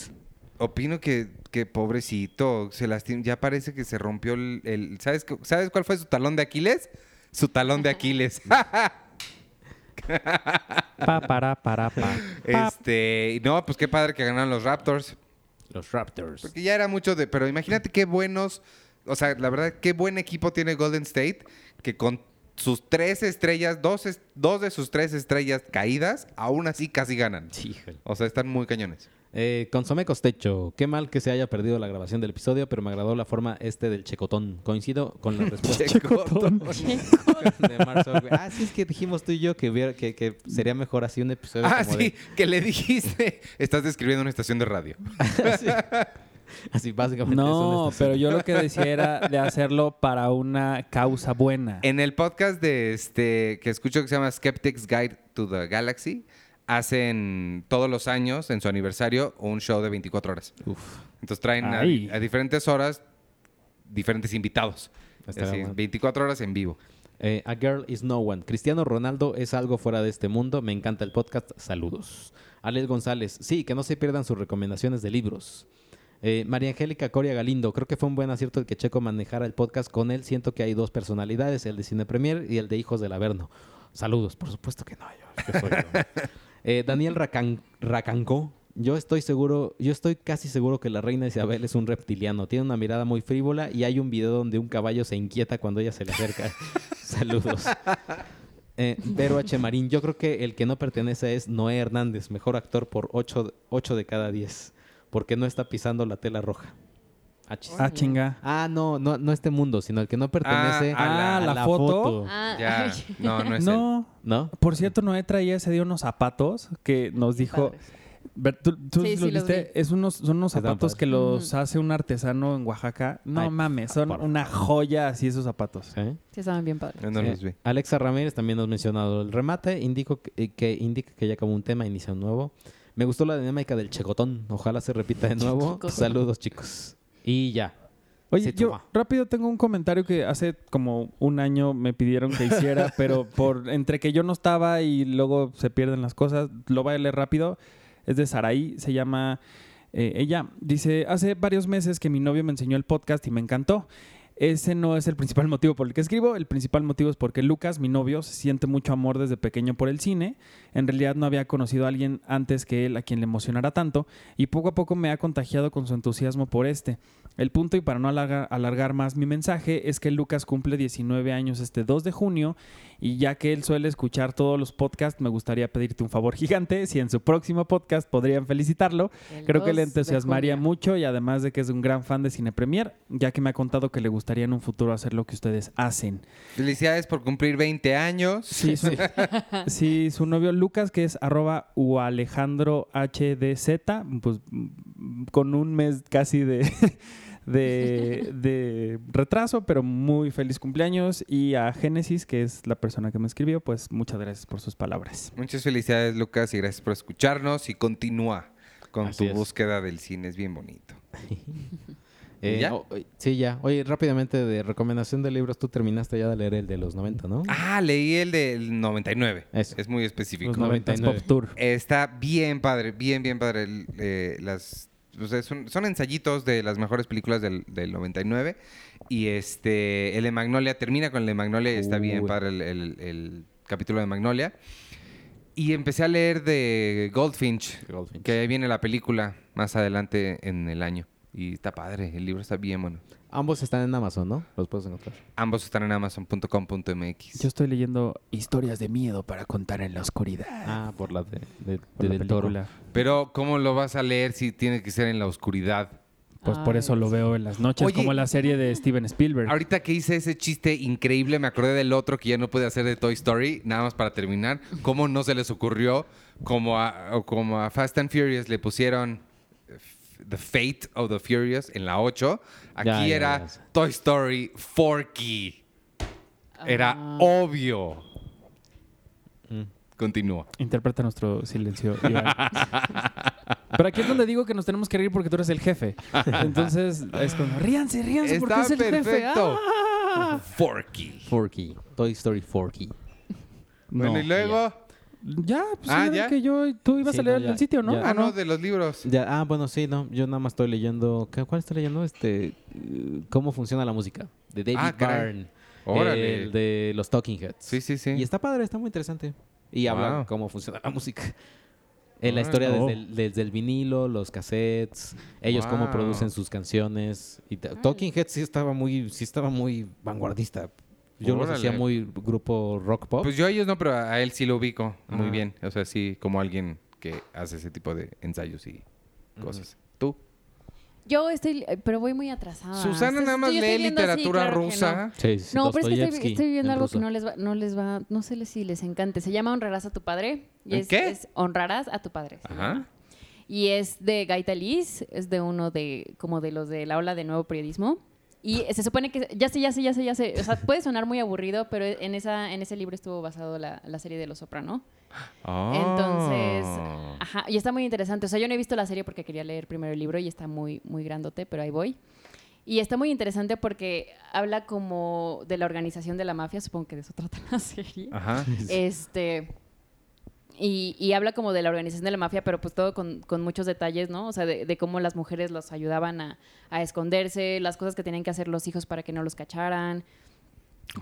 Speaker 1: opino que, que pobrecito, se lastim- ya parece que se rompió el... el- ¿sabes, cu- ¿Sabes cuál fue su talón de Aquiles? Su talón de Aquiles.
Speaker 3: Pa, para, para, pa.
Speaker 1: este, y no, pues qué padre que ganaron los Raptors.
Speaker 4: Los Raptors.
Speaker 1: Porque ya era mucho de. Pero imagínate qué buenos. O sea, la verdad, qué buen equipo tiene Golden State. Que con sus tres estrellas, dos, es- dos de sus tres estrellas caídas, aún así casi ganan. O sea, están muy cañones.
Speaker 4: Eh, Consomé Costecho, qué mal que se haya perdido la grabación del episodio, pero me agradó la forma este del checotón. Coincido con la respuesta
Speaker 1: Checotón.
Speaker 4: de Marzo. Ah, sí, es que dijimos tú y yo que, hubiera- que, que sería mejor así un episodio.
Speaker 1: Ah,
Speaker 4: como
Speaker 1: sí, que le dijiste. Estás describiendo una estación de radio.
Speaker 4: de- así, así básicamente.
Speaker 3: No,
Speaker 4: es un-
Speaker 3: pero yo lo que decía era de hacerlo para una causa buena.
Speaker 1: En el podcast de este que escucho que se llama Skeptics Guide to the Galaxy, hacen todos los años, en su aniversario, un show de 24 horas. Entonces traen a,
Speaker 3: Ay.
Speaker 1: a diferentes horas diferentes invitados.
Speaker 4: Está
Speaker 1: Así,
Speaker 4: bueno.
Speaker 1: 24 horas en vivo.
Speaker 4: Eh, a Girl is No One. Cristiano Ronaldo es algo fuera de este mundo. Me encanta el podcast. Saludos. Alex González. Sí, que no se pierdan sus recomendaciones de libros. Eh, María Angélica Coria Galindo. Creo que fue un buen acierto el que Checo manejara el podcast con él. Siento que hay dos personalidades, el de Cine Premier y el de Hijos del Averno. Saludos. Por supuesto que no. Yo, yo soy yo. Eh, Daniel Racan- Racancó. Yo estoy seguro, yo estoy casi seguro que la reina Isabel es un reptiliano. Tiene una mirada muy frívola y hay un video donde un caballo se inquieta cuando ella se le acerca. Saludos. Eh, Vero H. Marín, yo creo que el que no pertenece es Noé Hernández, mejor actor por 8, de cada 10, porque no está pisando la tela roja. Achis.
Speaker 3: Ah, chinga.
Speaker 4: Ah, no, no, no este mundo, sino el que no pertenece
Speaker 1: Ah, a
Speaker 3: Ah, la,
Speaker 4: a la
Speaker 3: foto.
Speaker 2: Ah,
Speaker 1: Ya,
Speaker 2: ay.
Speaker 1: no, no es él.
Speaker 3: No.
Speaker 4: ¿no?
Speaker 3: Por cierto, Noé traía ese día unos zapatos que nos dijo.
Speaker 2: Padres.
Speaker 3: Ver, ¿Tú, tú
Speaker 2: Sí,
Speaker 3: los
Speaker 2: sí los
Speaker 3: viste?
Speaker 2: vi.
Speaker 3: es unos, son unos
Speaker 4: Están
Speaker 3: zapatos
Speaker 4: padres.
Speaker 3: que los hace un artesano en Oaxaca. No
Speaker 4: Ay,
Speaker 3: mames, son
Speaker 4: por
Speaker 3: una joya así esos zapatos.
Speaker 4: Sí.
Speaker 2: Sí, estaban bien padres.
Speaker 1: Yo no
Speaker 4: Eh,
Speaker 1: los vi.
Speaker 4: Alexa Ramírez también nos ha mencionado el remate, indico que, eh, que indica que ya acabó un tema, inicia un nuevo. Me gustó la dinámica del checotón, ojalá se repita de nuevo.
Speaker 2: Chicos.
Speaker 4: Saludos chicos. Y ya,
Speaker 3: Oye,
Speaker 4: Se
Speaker 3: yo
Speaker 4: toma.
Speaker 3: rápido tengo un comentario que hace como un año me pidieron que hiciera, pero por entre que yo no estaba y luego se pierden las cosas, lo voy a leer rápido. Es de Saraí, se llama eh, ella. Dice, hace varios meses que mi novio me enseñó el podcast y me encantó. Ese no es el principal motivo por el que escribo. El principal motivo es porque Lucas, mi novio, se siente mucho amor desde pequeño por el cine. En realidad no había conocido a alguien antes que él a quien le emocionara tanto y poco a poco me ha contagiado con su entusiasmo por este. El punto, y para no alargar, alargar más mi mensaje, es que Lucas cumple 19 años este 2 de junio y ya que él suele escuchar todos los podcasts, me gustaría pedirte un favor gigante si en su próximo podcast podrían felicitarlo. Creo que le entusiasmaría
Speaker 2: mucho.
Speaker 3: mucho y además de que es un gran fan de Cine Premier, ya que me ha contado que le gustaría en un futuro hacer lo que ustedes hacen.
Speaker 1: Felicidades por cumplir 20 años.
Speaker 3: Sí, su, sí, su novio Lucas, que es arroba ualejandrohdz, pues mm, con un mes casi de, de, de retraso, pero muy feliz cumpleaños. Y a Génesis, que es la persona que me escribió, pues muchas gracias por sus palabras.
Speaker 1: Muchas felicidades, Lucas, y gracias por escucharnos. Y continúa con
Speaker 4: Así
Speaker 1: tu
Speaker 4: es.
Speaker 1: búsqueda del cine, es bien bonito.
Speaker 4: Eh,
Speaker 1: ¿Ya?
Speaker 4: o- o- sí, ya. Oye, rápidamente de recomendación de libros, tú terminaste ya de leer el de los 90, ¿no?
Speaker 1: Ah, leí el del 99.
Speaker 4: Eso.
Speaker 1: Es muy
Speaker 3: Los
Speaker 1: específico.
Speaker 3: 90 Pop
Speaker 4: 99.
Speaker 3: Tour.
Speaker 1: Está bien padre, bien, bien padre. el, eh, las, o sea, son, son ensayitos de las mejores películas del, del 99. Y este, el de Magnolia termina con el de Magnolia y está bien
Speaker 4: Uy.
Speaker 1: padre el, el- el capítulo de Magnolia. Y empecé a leer de Goldfinch,
Speaker 4: Goldfinch.
Speaker 1: que ahí viene la película más adelante en el año. Y está padre, el libro está bien bueno.
Speaker 4: Ambos están en Amazon, ¿no? Los puedes encontrar.
Speaker 1: Ambos están en amazon.com.mx.
Speaker 3: Yo estoy leyendo historias de miedo para contar en la oscuridad.
Speaker 4: Ah, por la de, de-
Speaker 3: por
Speaker 4: de
Speaker 3: la
Speaker 4: Del Toro.
Speaker 3: película.
Speaker 1: Pero, ¿cómo lo vas a leer si tiene que ser en la oscuridad?
Speaker 3: Pues por
Speaker 2: Ay,
Speaker 3: eso lo veo en las noches,
Speaker 1: Oye.
Speaker 3: como la serie de Steven Spielberg.
Speaker 1: Ahorita que hice ese chiste increíble, me acordé del otro que ya no pude hacer de Toy Story, nada más para terminar. ¿Cómo no se les ocurrió como a, o como a Fast and Furious le pusieron eh, f- The Fate of the Furious en la 8? Aquí
Speaker 4: Ya, ya,
Speaker 1: era
Speaker 4: ya sé.
Speaker 1: Toy Story Forky. Era obvio.
Speaker 4: Mm.
Speaker 1: Continúa.
Speaker 3: Interpreta nuestro silencio. Iván. Pero aquí es donde digo que nos tenemos que reír porque tú eres el jefe. Entonces es como, ríanse, ríanse porque
Speaker 1: Está
Speaker 3: es el jefe.
Speaker 1: perfecto.
Speaker 3: ¡Ah!
Speaker 1: Forky.
Speaker 4: Forky. Toy Story Forky.
Speaker 3: No.
Speaker 1: Bueno, y luego.
Speaker 3: Ya, pues
Speaker 1: Ah,
Speaker 3: era
Speaker 1: ¿ya?
Speaker 3: que yo, tú ibas
Speaker 4: Sí,
Speaker 3: a leer
Speaker 4: no,
Speaker 3: el
Speaker 4: ya,
Speaker 3: del sitio, ¿no?
Speaker 4: ya.
Speaker 1: Ah, no, de los libros.
Speaker 4: Ya, ah, bueno, sí, no. Yo nada más estoy leyendo. ¿qué- ¿Cuál estoy leyendo? Este. eh, ¿Cómo funciona la música? De David
Speaker 1: Ah, caray.
Speaker 4: Byrne.
Speaker 1: Órale.
Speaker 4: Eh, El de los Talking Heads.
Speaker 1: Sí, sí, sí.
Speaker 4: Y está padre, está muy interesante. Y habla
Speaker 1: Wow.
Speaker 4: cómo funciona la música. Eh,
Speaker 1: Órale.
Speaker 4: la historia
Speaker 3: Oh.
Speaker 4: desde el, desde el vinilo, los cassettes, ellos cómo
Speaker 1: Wow.
Speaker 4: producen sus canciones. Y ta- Talking Heads sí estaba muy, sí estaba muy vanguardista. Yo los
Speaker 1: Órale.
Speaker 4: hacía muy grupo rock pop.
Speaker 1: Pues yo a ellos no, pero a él sí lo ubico muy
Speaker 4: Ah.
Speaker 1: bien. O sea, sí, como alguien que hace ese tipo de ensayos y cosas. ¿Tú?
Speaker 2: Yo estoy, eh, pero voy muy atrasada.
Speaker 1: Susana
Speaker 2: Estoy-
Speaker 1: nada más
Speaker 2: estoy- yo
Speaker 1: lee
Speaker 2: estoy viendo así,
Speaker 1: literatura
Speaker 2: claro que
Speaker 1: rusa.
Speaker 4: Sí, sí,
Speaker 2: No, no pero es que estoy,
Speaker 4: Dostoyevsky
Speaker 2: estoy viendo
Speaker 4: en
Speaker 2: algo
Speaker 4: ruso.
Speaker 2: que no les va, no les va, no sé si les encante. Se llama Honrarás a tu padre. Y
Speaker 1: ¿En
Speaker 2: es,
Speaker 1: qué?
Speaker 2: es Honrarás a tu padre. se
Speaker 1: Ajá.
Speaker 2: llama. Y es de Gaita Liz, es de uno de, como de los de la ola de nuevo periodismo. Y se supone que, ya sé, ya sé, ya sé, ya sé. O sea, puede sonar muy aburrido, pero en, esa, en ese libro estuvo basado la, la serie de Los Soprano. Entonces,
Speaker 1: Ah.
Speaker 2: ajá, y está muy interesante. O sea, yo no he visto la serie porque quería leer primero el libro y está muy, muy grandote, pero ahí voy. Y está muy interesante porque habla como de la organización de la mafia, supongo que de eso trata la serie.
Speaker 1: Ajá.
Speaker 2: Este. Y, y habla como de la organización de la mafia, pero pues todo con, con muchos detalles, ¿no? O sea, de, de cómo las mujeres los ayudaban a, a esconderse, las cosas que tenían que hacer los hijos para que no los cacharan.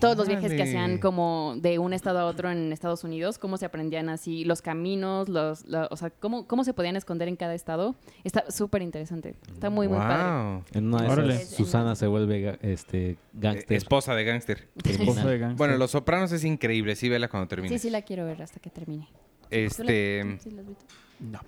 Speaker 2: Todos los viajes que
Speaker 1: Órale.
Speaker 2: hacían como de un estado a otro en Estados Unidos, cómo se aprendían así los caminos, los, la- o sea, cómo, cómo se podían esconder en cada estado. Está súper interesante. Está muy, muy padre.
Speaker 1: Wow.
Speaker 4: En una de
Speaker 3: Órale.
Speaker 4: esas, Susana se vuelve ga- este, gangster.
Speaker 1: Eh, Esposa de gángster.
Speaker 3: Esposo de
Speaker 4: criminal.
Speaker 3: gangster.
Speaker 1: Bueno, Los Sopranos es increíble. Sí, vela cuando termine.
Speaker 2: Sí, sí, la quiero ver hasta que termine. ¿Tú la-
Speaker 1: Este,
Speaker 2: tú sí la has visto?
Speaker 3: No.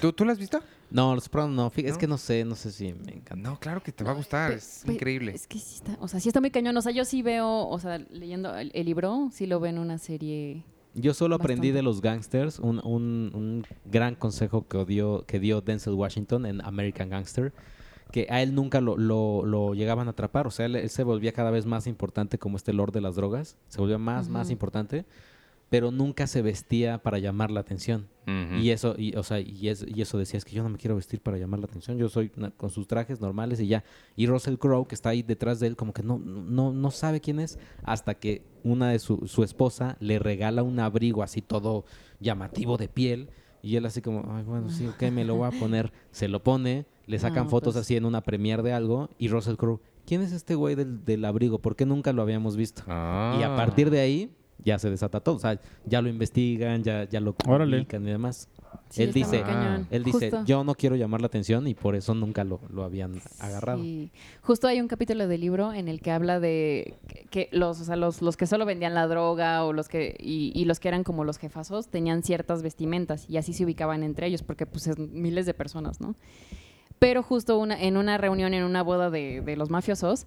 Speaker 1: ¿tú, ¿Tú la has visto?
Speaker 4: No, los Sopranos no. fí- Es
Speaker 1: ¿No?
Speaker 4: que no sé, no sé si me encanta.
Speaker 1: No, claro que te va a gustar.
Speaker 2: Pe-
Speaker 1: es
Speaker 2: pe-
Speaker 1: increíble.
Speaker 2: Es que sí está, o sea, sí está muy cañón. O sea, yo sí veo, o sea, leyendo el, el libro, sí lo veo en una serie.
Speaker 4: Yo solo aprendí
Speaker 2: Bastante.
Speaker 4: de los gangsters un, un- un gran consejo que dio, que dio Denzel Washington en American Gangster, que a él nunca lo, lo- lo llegaban a atrapar. O sea, él, él se volvía cada vez más importante como este lord de las drogas. Se volvía más, más
Speaker 2: Ujú.
Speaker 4: importante. pero nunca se vestía para llamar la atención.
Speaker 1: Ujú.
Speaker 4: Y eso, y, o sea, y, es- y eso decía, es que yo no me quiero vestir para llamar la atención, yo soy na- con sus trajes normales y ya. Y Russell Crowe, que está ahí detrás de él, como que no, no, no sabe quién es, hasta que una de su, su esposa le regala un abrigo así todo llamativo de piel. Y él así como, ay, bueno, sí, ok, me lo voy a poner. Se lo pone, le sacan
Speaker 2: No,
Speaker 4: fotos
Speaker 2: pues.
Speaker 4: así en una premiere de algo. Y Russell Crowe, ¿quién es este güey del, del abrigo? ¿Por qué nunca lo habíamos visto?
Speaker 1: Ah.
Speaker 4: Y a partir de ahí ya se desata todo. O sea, ya lo investigan, ya, ya lo
Speaker 3: Órale.
Speaker 4: publican y demás.
Speaker 2: Sí,
Speaker 4: él
Speaker 2: está muy
Speaker 4: dice,
Speaker 2: cañón.
Speaker 4: él dice,
Speaker 2: Justo.
Speaker 4: yo no quiero llamar la atención y por eso nunca lo, lo habían agarrado.
Speaker 2: Sí. Justo hay un capítulo del libro en el que habla de que- que los, o sea, los, los que solo vendían la droga o los que y, y los que eran como los jefazos tenían ciertas vestimentas y así se ubicaban entre ellos porque pues es miles de personas, ¿no? Pero justo una, en una reunión, en una boda de, de los mafiosos,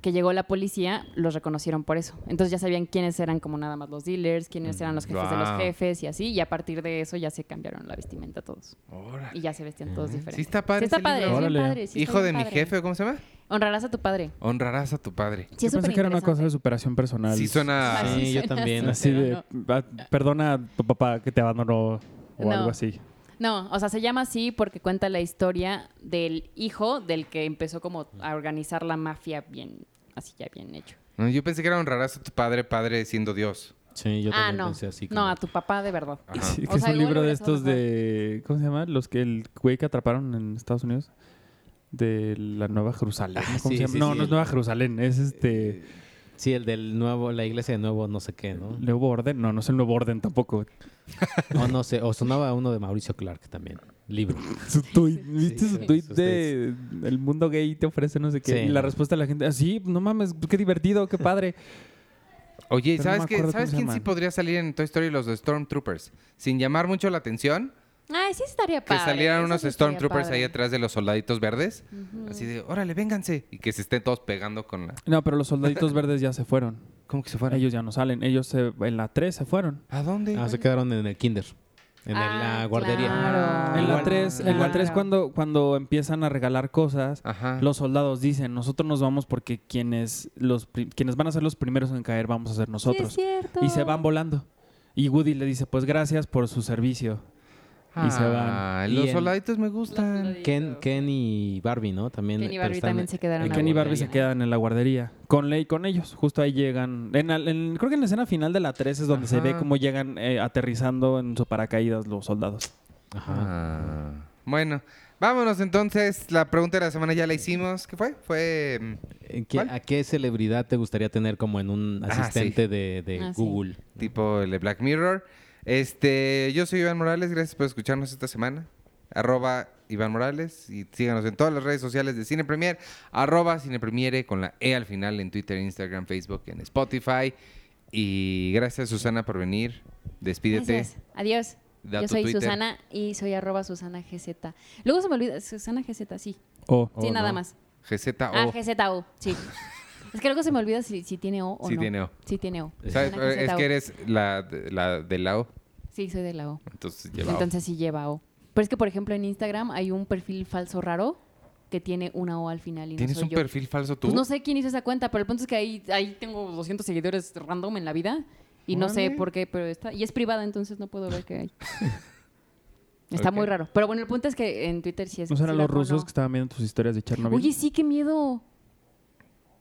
Speaker 2: que llegó la policía, los reconocieron por eso. Entonces ya sabían quiénes eran como nada más los dealers, quiénes eran los jefes de los
Speaker 1: Mm, Guau.
Speaker 2: jefes y así. Y a partir de eso ya se cambiaron la vestimenta todos.
Speaker 1: Órale.
Speaker 2: Y ya se vestían todos diferentes.
Speaker 1: Sí está padre
Speaker 2: Sí está
Speaker 1: ese
Speaker 2: padre,
Speaker 1: libro.
Speaker 2: es bien
Speaker 3: Órale.
Speaker 2: padre, sí está
Speaker 1: Hijo de
Speaker 2: bien
Speaker 1: mi
Speaker 2: padre.
Speaker 1: jefe, ¿cómo se llama?
Speaker 2: Honrarás a tu padre.
Speaker 1: Honrarás a tu padre.
Speaker 2: Sí, es
Speaker 3: Yo pensé que era una cosa
Speaker 2: superinteresante.
Speaker 3: de superación personal.
Speaker 1: Sí suena...
Speaker 2: Ah,
Speaker 4: Sí,
Speaker 2: sí,
Speaker 4: yo
Speaker 2: suena
Speaker 4: también.
Speaker 2: así.
Speaker 3: Así de, "Ah, perdona a tu papá que te abandonó o
Speaker 2: No.
Speaker 3: algo así.
Speaker 2: No, o sea, se llama así porque cuenta la historia del hijo del que empezó como a organizar la mafia bien, así ya bien hecho.
Speaker 1: No, yo pensé que era honrarás a tu padre, padre siendo Dios.
Speaker 4: Sí, yo
Speaker 2: ah,
Speaker 4: también
Speaker 2: no.
Speaker 4: pensé así.
Speaker 2: No, a tu papá de verdad.
Speaker 4: Ah.
Speaker 1: Ajá.
Speaker 3: Sí,
Speaker 2: O
Speaker 3: que es
Speaker 2: sea,
Speaker 3: un
Speaker 2: igual
Speaker 3: libro de
Speaker 2: hubiera estado
Speaker 3: estos de. ¿Cómo se llama? Los que el güey que atraparon en Estados Unidos. De la Nueva Jerusalén.
Speaker 4: Ah,
Speaker 3: ¿Cómo
Speaker 4: sí,
Speaker 3: se llama?
Speaker 4: sí,
Speaker 3: no,
Speaker 4: sí,
Speaker 3: no
Speaker 4: Eh.
Speaker 3: es
Speaker 4: el-
Speaker 3: Nueva Jerusalén. Es este.
Speaker 4: Sí, el del nuevo, la iglesia de nuevo, no sé qué, ¿no?
Speaker 3: Nuevo Orden. No, no es el Nuevo Orden tampoco.
Speaker 4: O no sé, o sonaba uno de Mauricio Clark también, libro.
Speaker 3: Su tuit, ¿Viste su
Speaker 4: sí,
Speaker 3: tuit
Speaker 4: sus
Speaker 3: de. El mundo gay te ofrece no sé qué.
Speaker 4: Sí.
Speaker 3: Y la respuesta de la gente. Así, no mames, qué divertido, qué padre.
Speaker 1: Oye, ¿y
Speaker 3: Pero no
Speaker 1: ¿sabes,
Speaker 3: me
Speaker 1: qué-
Speaker 3: acuerdo
Speaker 1: ¿sabes
Speaker 3: cómo se
Speaker 1: quién sí
Speaker 3: llaman.
Speaker 1: podría salir en Toy Story los de Stormtroopers? Sin llamar mucho la atención,
Speaker 2: Ay, sí estaría
Speaker 1: que
Speaker 2: padre.
Speaker 1: salieran
Speaker 2: eso
Speaker 1: unos
Speaker 2: sí estaría
Speaker 1: Stormtroopers
Speaker 2: padre.
Speaker 1: ahí atrás de los soldaditos verdes.
Speaker 2: Ujú.
Speaker 1: Así de, órale, vénganse. Y que se estén todos pegando con la...
Speaker 3: No, pero los soldaditos verdes ya se fueron.
Speaker 1: ¿Cómo que se fueron?
Speaker 3: Ellos ya no salen. Ellos se- en la 3 se fueron.
Speaker 1: ¿A dónde?
Speaker 4: Ah, se quedaron en el kinder, en el- la
Speaker 2: Ah,
Speaker 4: guardería.
Speaker 2: claro.
Speaker 3: En la
Speaker 4: Ah, Igual-
Speaker 3: 3, en la
Speaker 2: Claro.
Speaker 3: 3 cuando, cuando empiezan a regalar cosas,
Speaker 1: Ajá.
Speaker 3: los soldados dicen, nosotros nos vamos porque quienes, los, pri- quienes van a ser los primeros en caer vamos a ser
Speaker 2: Sí, es
Speaker 3: nosotros.
Speaker 2: cierto.
Speaker 3: y se van volando. Y Woody le dice, pues gracias por su servicio. y se van.
Speaker 1: Ah,
Speaker 4: Y
Speaker 1: los
Speaker 4: en-
Speaker 1: soldaditos me gustan.
Speaker 4: Ken, Ken y Barbie, ¿no? También,
Speaker 2: Ken y
Speaker 4: pero
Speaker 2: Barbie
Speaker 4: están-
Speaker 2: también se quedaron
Speaker 3: Y
Speaker 2: Una
Speaker 3: Ken y Barbie se
Speaker 2: guardería.
Speaker 3: quedan en la guardería. Con Ley, con ellos. Justo ahí llegan. En la- en- creo que en la escena final de la 3 es donde se ve
Speaker 1: Ajá.
Speaker 3: cómo llegan eh, aterrizando en su paracaídas los soldados.
Speaker 4: Ajá.
Speaker 1: Ah. Bueno, vámonos entonces. La pregunta de la semana ya la hicimos. ¿Qué fue? Fue... mm,
Speaker 4: ¿En qué-
Speaker 1: ¿Cuál?
Speaker 4: ¿A qué celebridad te gustaría tener como en un
Speaker 1: Ah, sí.
Speaker 4: asistente de, de
Speaker 2: Ah, sí.
Speaker 4: Google?
Speaker 1: tipo el de Black Mirror. Este, yo soy Iván Morales, gracias por escucharnos esta semana. Arroba Iván Morales y síganos en todas las redes sociales de Cine Premier, arroba Cine Premiere con la E al final en Twitter, Instagram, Facebook, en Spotify. Y gracias Susana por venir. Despídete.
Speaker 2: Gracias. Adiós.
Speaker 1: Da
Speaker 2: Yo
Speaker 1: tu
Speaker 2: soy
Speaker 1: Twitter.
Speaker 2: Susana y soy arroba Susana GZ. Luego se me olvida, Susana GZ, sí.
Speaker 3: O
Speaker 2: sí,
Speaker 4: O
Speaker 2: nada
Speaker 4: Oh, no.
Speaker 2: más.
Speaker 1: GZO.
Speaker 2: Ah, GZO, sí. es que luego se me olvida si, si tiene O o
Speaker 1: Sí
Speaker 2: no.
Speaker 1: tiene O.
Speaker 2: Sí tiene O.
Speaker 1: ¿Sabes?
Speaker 2: Susana
Speaker 1: Es
Speaker 2: GZO.
Speaker 1: que eres la, de- la de la O.
Speaker 2: Sí, soy de la O.
Speaker 1: Entonces lleva O.
Speaker 2: Entonces sí lleva O. Pero es que, por ejemplo, en Instagram hay un perfil falso raro que tiene una O al final y no
Speaker 1: ¿Tienes
Speaker 2: soy
Speaker 1: un
Speaker 2: yo.
Speaker 1: perfil falso tú?
Speaker 2: Pues no sé quién hizo esa cuenta, pero el punto es que ahí, ahí tengo 200 seguidores random en la vida y no sé
Speaker 1: Órale.
Speaker 2: por qué, pero está... Y es privada, entonces no puedo ver qué hay. Está
Speaker 1: Ok.
Speaker 2: muy raro. Pero bueno, el punto es que en Twitter sí es...
Speaker 3: no serán
Speaker 2: sí
Speaker 3: los
Speaker 2: la pongo.
Speaker 3: rusos que estaban viendo tus historias de Chernobyl.
Speaker 2: Oye, sí, qué miedo.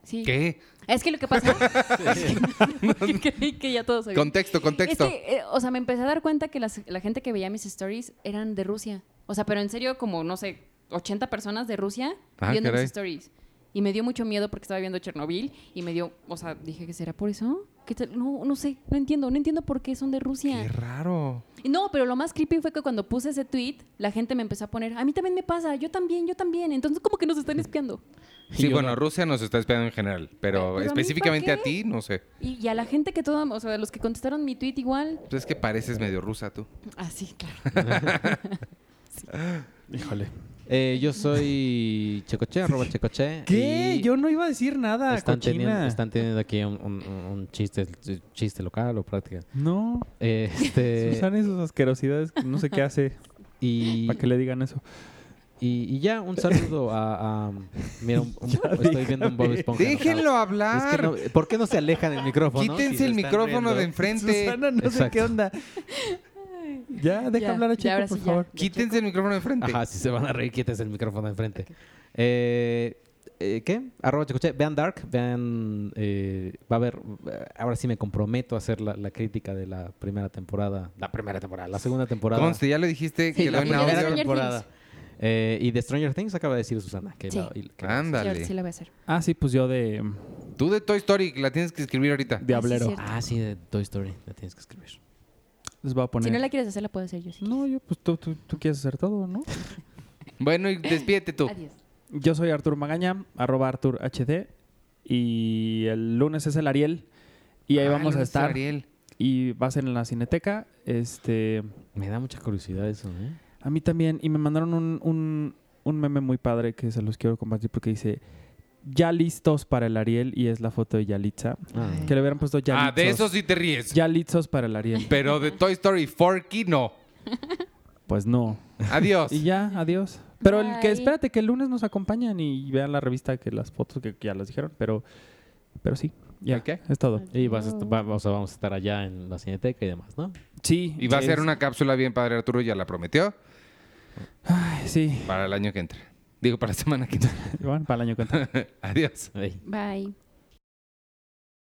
Speaker 2: Sí.
Speaker 1: ¿Qué?
Speaker 2: Es que lo que pasa... es que, porque creí que ya todos sabían.
Speaker 1: Contexto, contexto.
Speaker 2: Es que, eh, o sea, me empecé a dar cuenta que las- la gente que veía mis stories eran de Rusia. O sea, pero en serio, como, no sé, 80 personas de Rusia
Speaker 1: Ah,
Speaker 2: viendo
Speaker 1: caray.
Speaker 2: mis stories. Y me dio mucho miedo porque estaba viendo Chernobyl y me dio, o sea, dije que será por eso. ¿Qué tal? No, no sé, no entiendo, no entiendo por qué son de
Speaker 1: Qué
Speaker 2: Rusia.
Speaker 1: raro.
Speaker 2: Y No, pero lo más creepy fue que cuando puse ese tweet, la gente me empezó a poner, a mí también me pasa, yo también, yo también. Entonces, como que nos están espiando.
Speaker 1: Sí,
Speaker 4: Yo
Speaker 1: bueno,
Speaker 4: no-
Speaker 1: Rusia nos está esperando en general, pero,
Speaker 2: Pero, ¿pero a mí
Speaker 1: específicamente
Speaker 2: pa'
Speaker 1: a, ti,
Speaker 2: qué?
Speaker 1: no sé.
Speaker 2: Y, y a la gente que toda, o sea, los que contestaron mi tweet igual.
Speaker 1: Pues es que pareces medio rusa tú.
Speaker 2: Así, claro.
Speaker 3: Híjole.
Speaker 4: Eh, yo soy Checoche, arroba Checoche.
Speaker 3: ¿Qué?
Speaker 4: y
Speaker 3: Yo no iba a decir nada,
Speaker 4: están
Speaker 3: cochina.
Speaker 4: teniendo, están teniendo aquí un, un- un chiste, chiste local o práctica.
Speaker 3: No,
Speaker 4: Eh, Este,
Speaker 3: Susana y sus asquerosidades, que no sé qué hace
Speaker 4: y
Speaker 3: para que le digan eso.
Speaker 4: Y, y ya, un saludo a. a- mira, un- un- estoy viendo un Bob Esponja.
Speaker 1: Déjenlo
Speaker 4: enojado.
Speaker 1: hablar.
Speaker 4: Es que no- ¿Por qué no se alejan del micrófono?
Speaker 1: Quítense
Speaker 4: si lo
Speaker 1: el
Speaker 4: están
Speaker 1: micrófono de
Speaker 4: viendo?
Speaker 1: enfrente.
Speaker 3: Susana, no sé
Speaker 4: Exacto.
Speaker 3: qué onda. Ya, deja
Speaker 2: Ya,
Speaker 3: hablar a
Speaker 2: ya,
Speaker 3: Chico,
Speaker 2: ahora
Speaker 3: por
Speaker 2: sí, ya.
Speaker 3: favor.
Speaker 1: Quítense el micrófono de enfrente.
Speaker 4: Ajá, si se van a reír, quítense el micrófono de enfrente. Eh, eh, ¿Qué? Arroba Checoche. Vean Dark, vean. eh, va a haber. eh, Ahora sí me comprometo a hacer la, la crítica de la primera temporada. La primera temporada, la segunda temporada.
Speaker 1: Conste, ya lo dijiste.
Speaker 4: Sí,
Speaker 1: que
Speaker 4: la
Speaker 1: lo en
Speaker 2: primera
Speaker 1: audio.
Speaker 2: Stranger
Speaker 4: Eh, y de Stranger Things acaba de decir Susana. Que
Speaker 2: Sí.
Speaker 4: la- y- que la-
Speaker 2: Sí, ahora
Speaker 1: Ándale.
Speaker 2: sí lo voy a hacer.
Speaker 3: Ah, sí, pues yo de
Speaker 1: Tú de Toy Story la tienes que escribir ahorita.
Speaker 3: Diablero.
Speaker 2: cierto.
Speaker 4: ah, sí, de Toy Story. La tienes que escribir.
Speaker 3: Les voy a poner.
Speaker 2: Si no la quieres hacer, la puedo hacer yo. si
Speaker 3: No, yo, pues tú, tú, tú quieres hacer todo, ¿no?
Speaker 1: Bueno, y despídete tú.
Speaker 2: quieres. Adiós.
Speaker 3: Yo soy Artur Magaña, arroba Artur HD. Y el lunes es el Ariel. Y ahí
Speaker 1: Ah,
Speaker 3: vamos a
Speaker 1: Lourdes
Speaker 3: estar.
Speaker 1: Ariel.
Speaker 3: Y va a ser en la Cineteca. Este.
Speaker 4: Me da mucha curiosidad eso, ¿eh?
Speaker 3: A mí también. Y me mandaron un, un, un meme muy padre que se los quiero compartir porque dice. Ya listos para el Ariel. Y es la foto de Yalitza.
Speaker 4: Ah.
Speaker 3: Que le hubieran puesto ya
Speaker 1: Ah, de eso
Speaker 3: listos.
Speaker 1: sí te ríes.
Speaker 3: Ya listos para el Ariel.
Speaker 1: Pero de Toy Story Forky no.
Speaker 3: Pues no.
Speaker 1: Adiós.
Speaker 3: Y ya, adiós. Pero el que
Speaker 2: Bye.
Speaker 3: espérate que el lunes nos acompañan y vean la revista que las fotos que ya las dijeron, pero pero sí, ya
Speaker 1: Ok.
Speaker 3: es todo.
Speaker 4: Y vas a est- va- o sea, vamos a estar allá en la Cineteca y demás, ¿no?
Speaker 3: Sí,
Speaker 1: Y va a
Speaker 3: sí,
Speaker 1: ser
Speaker 3: es-
Speaker 1: una cápsula bien padre, Arturo ya la prometió,
Speaker 3: Ay, sí.
Speaker 1: para el año que entra. Digo, para la semana que entra.
Speaker 3: Bueno, para el año que entra.
Speaker 1: Adiós.
Speaker 4: Ay.
Speaker 2: Bye.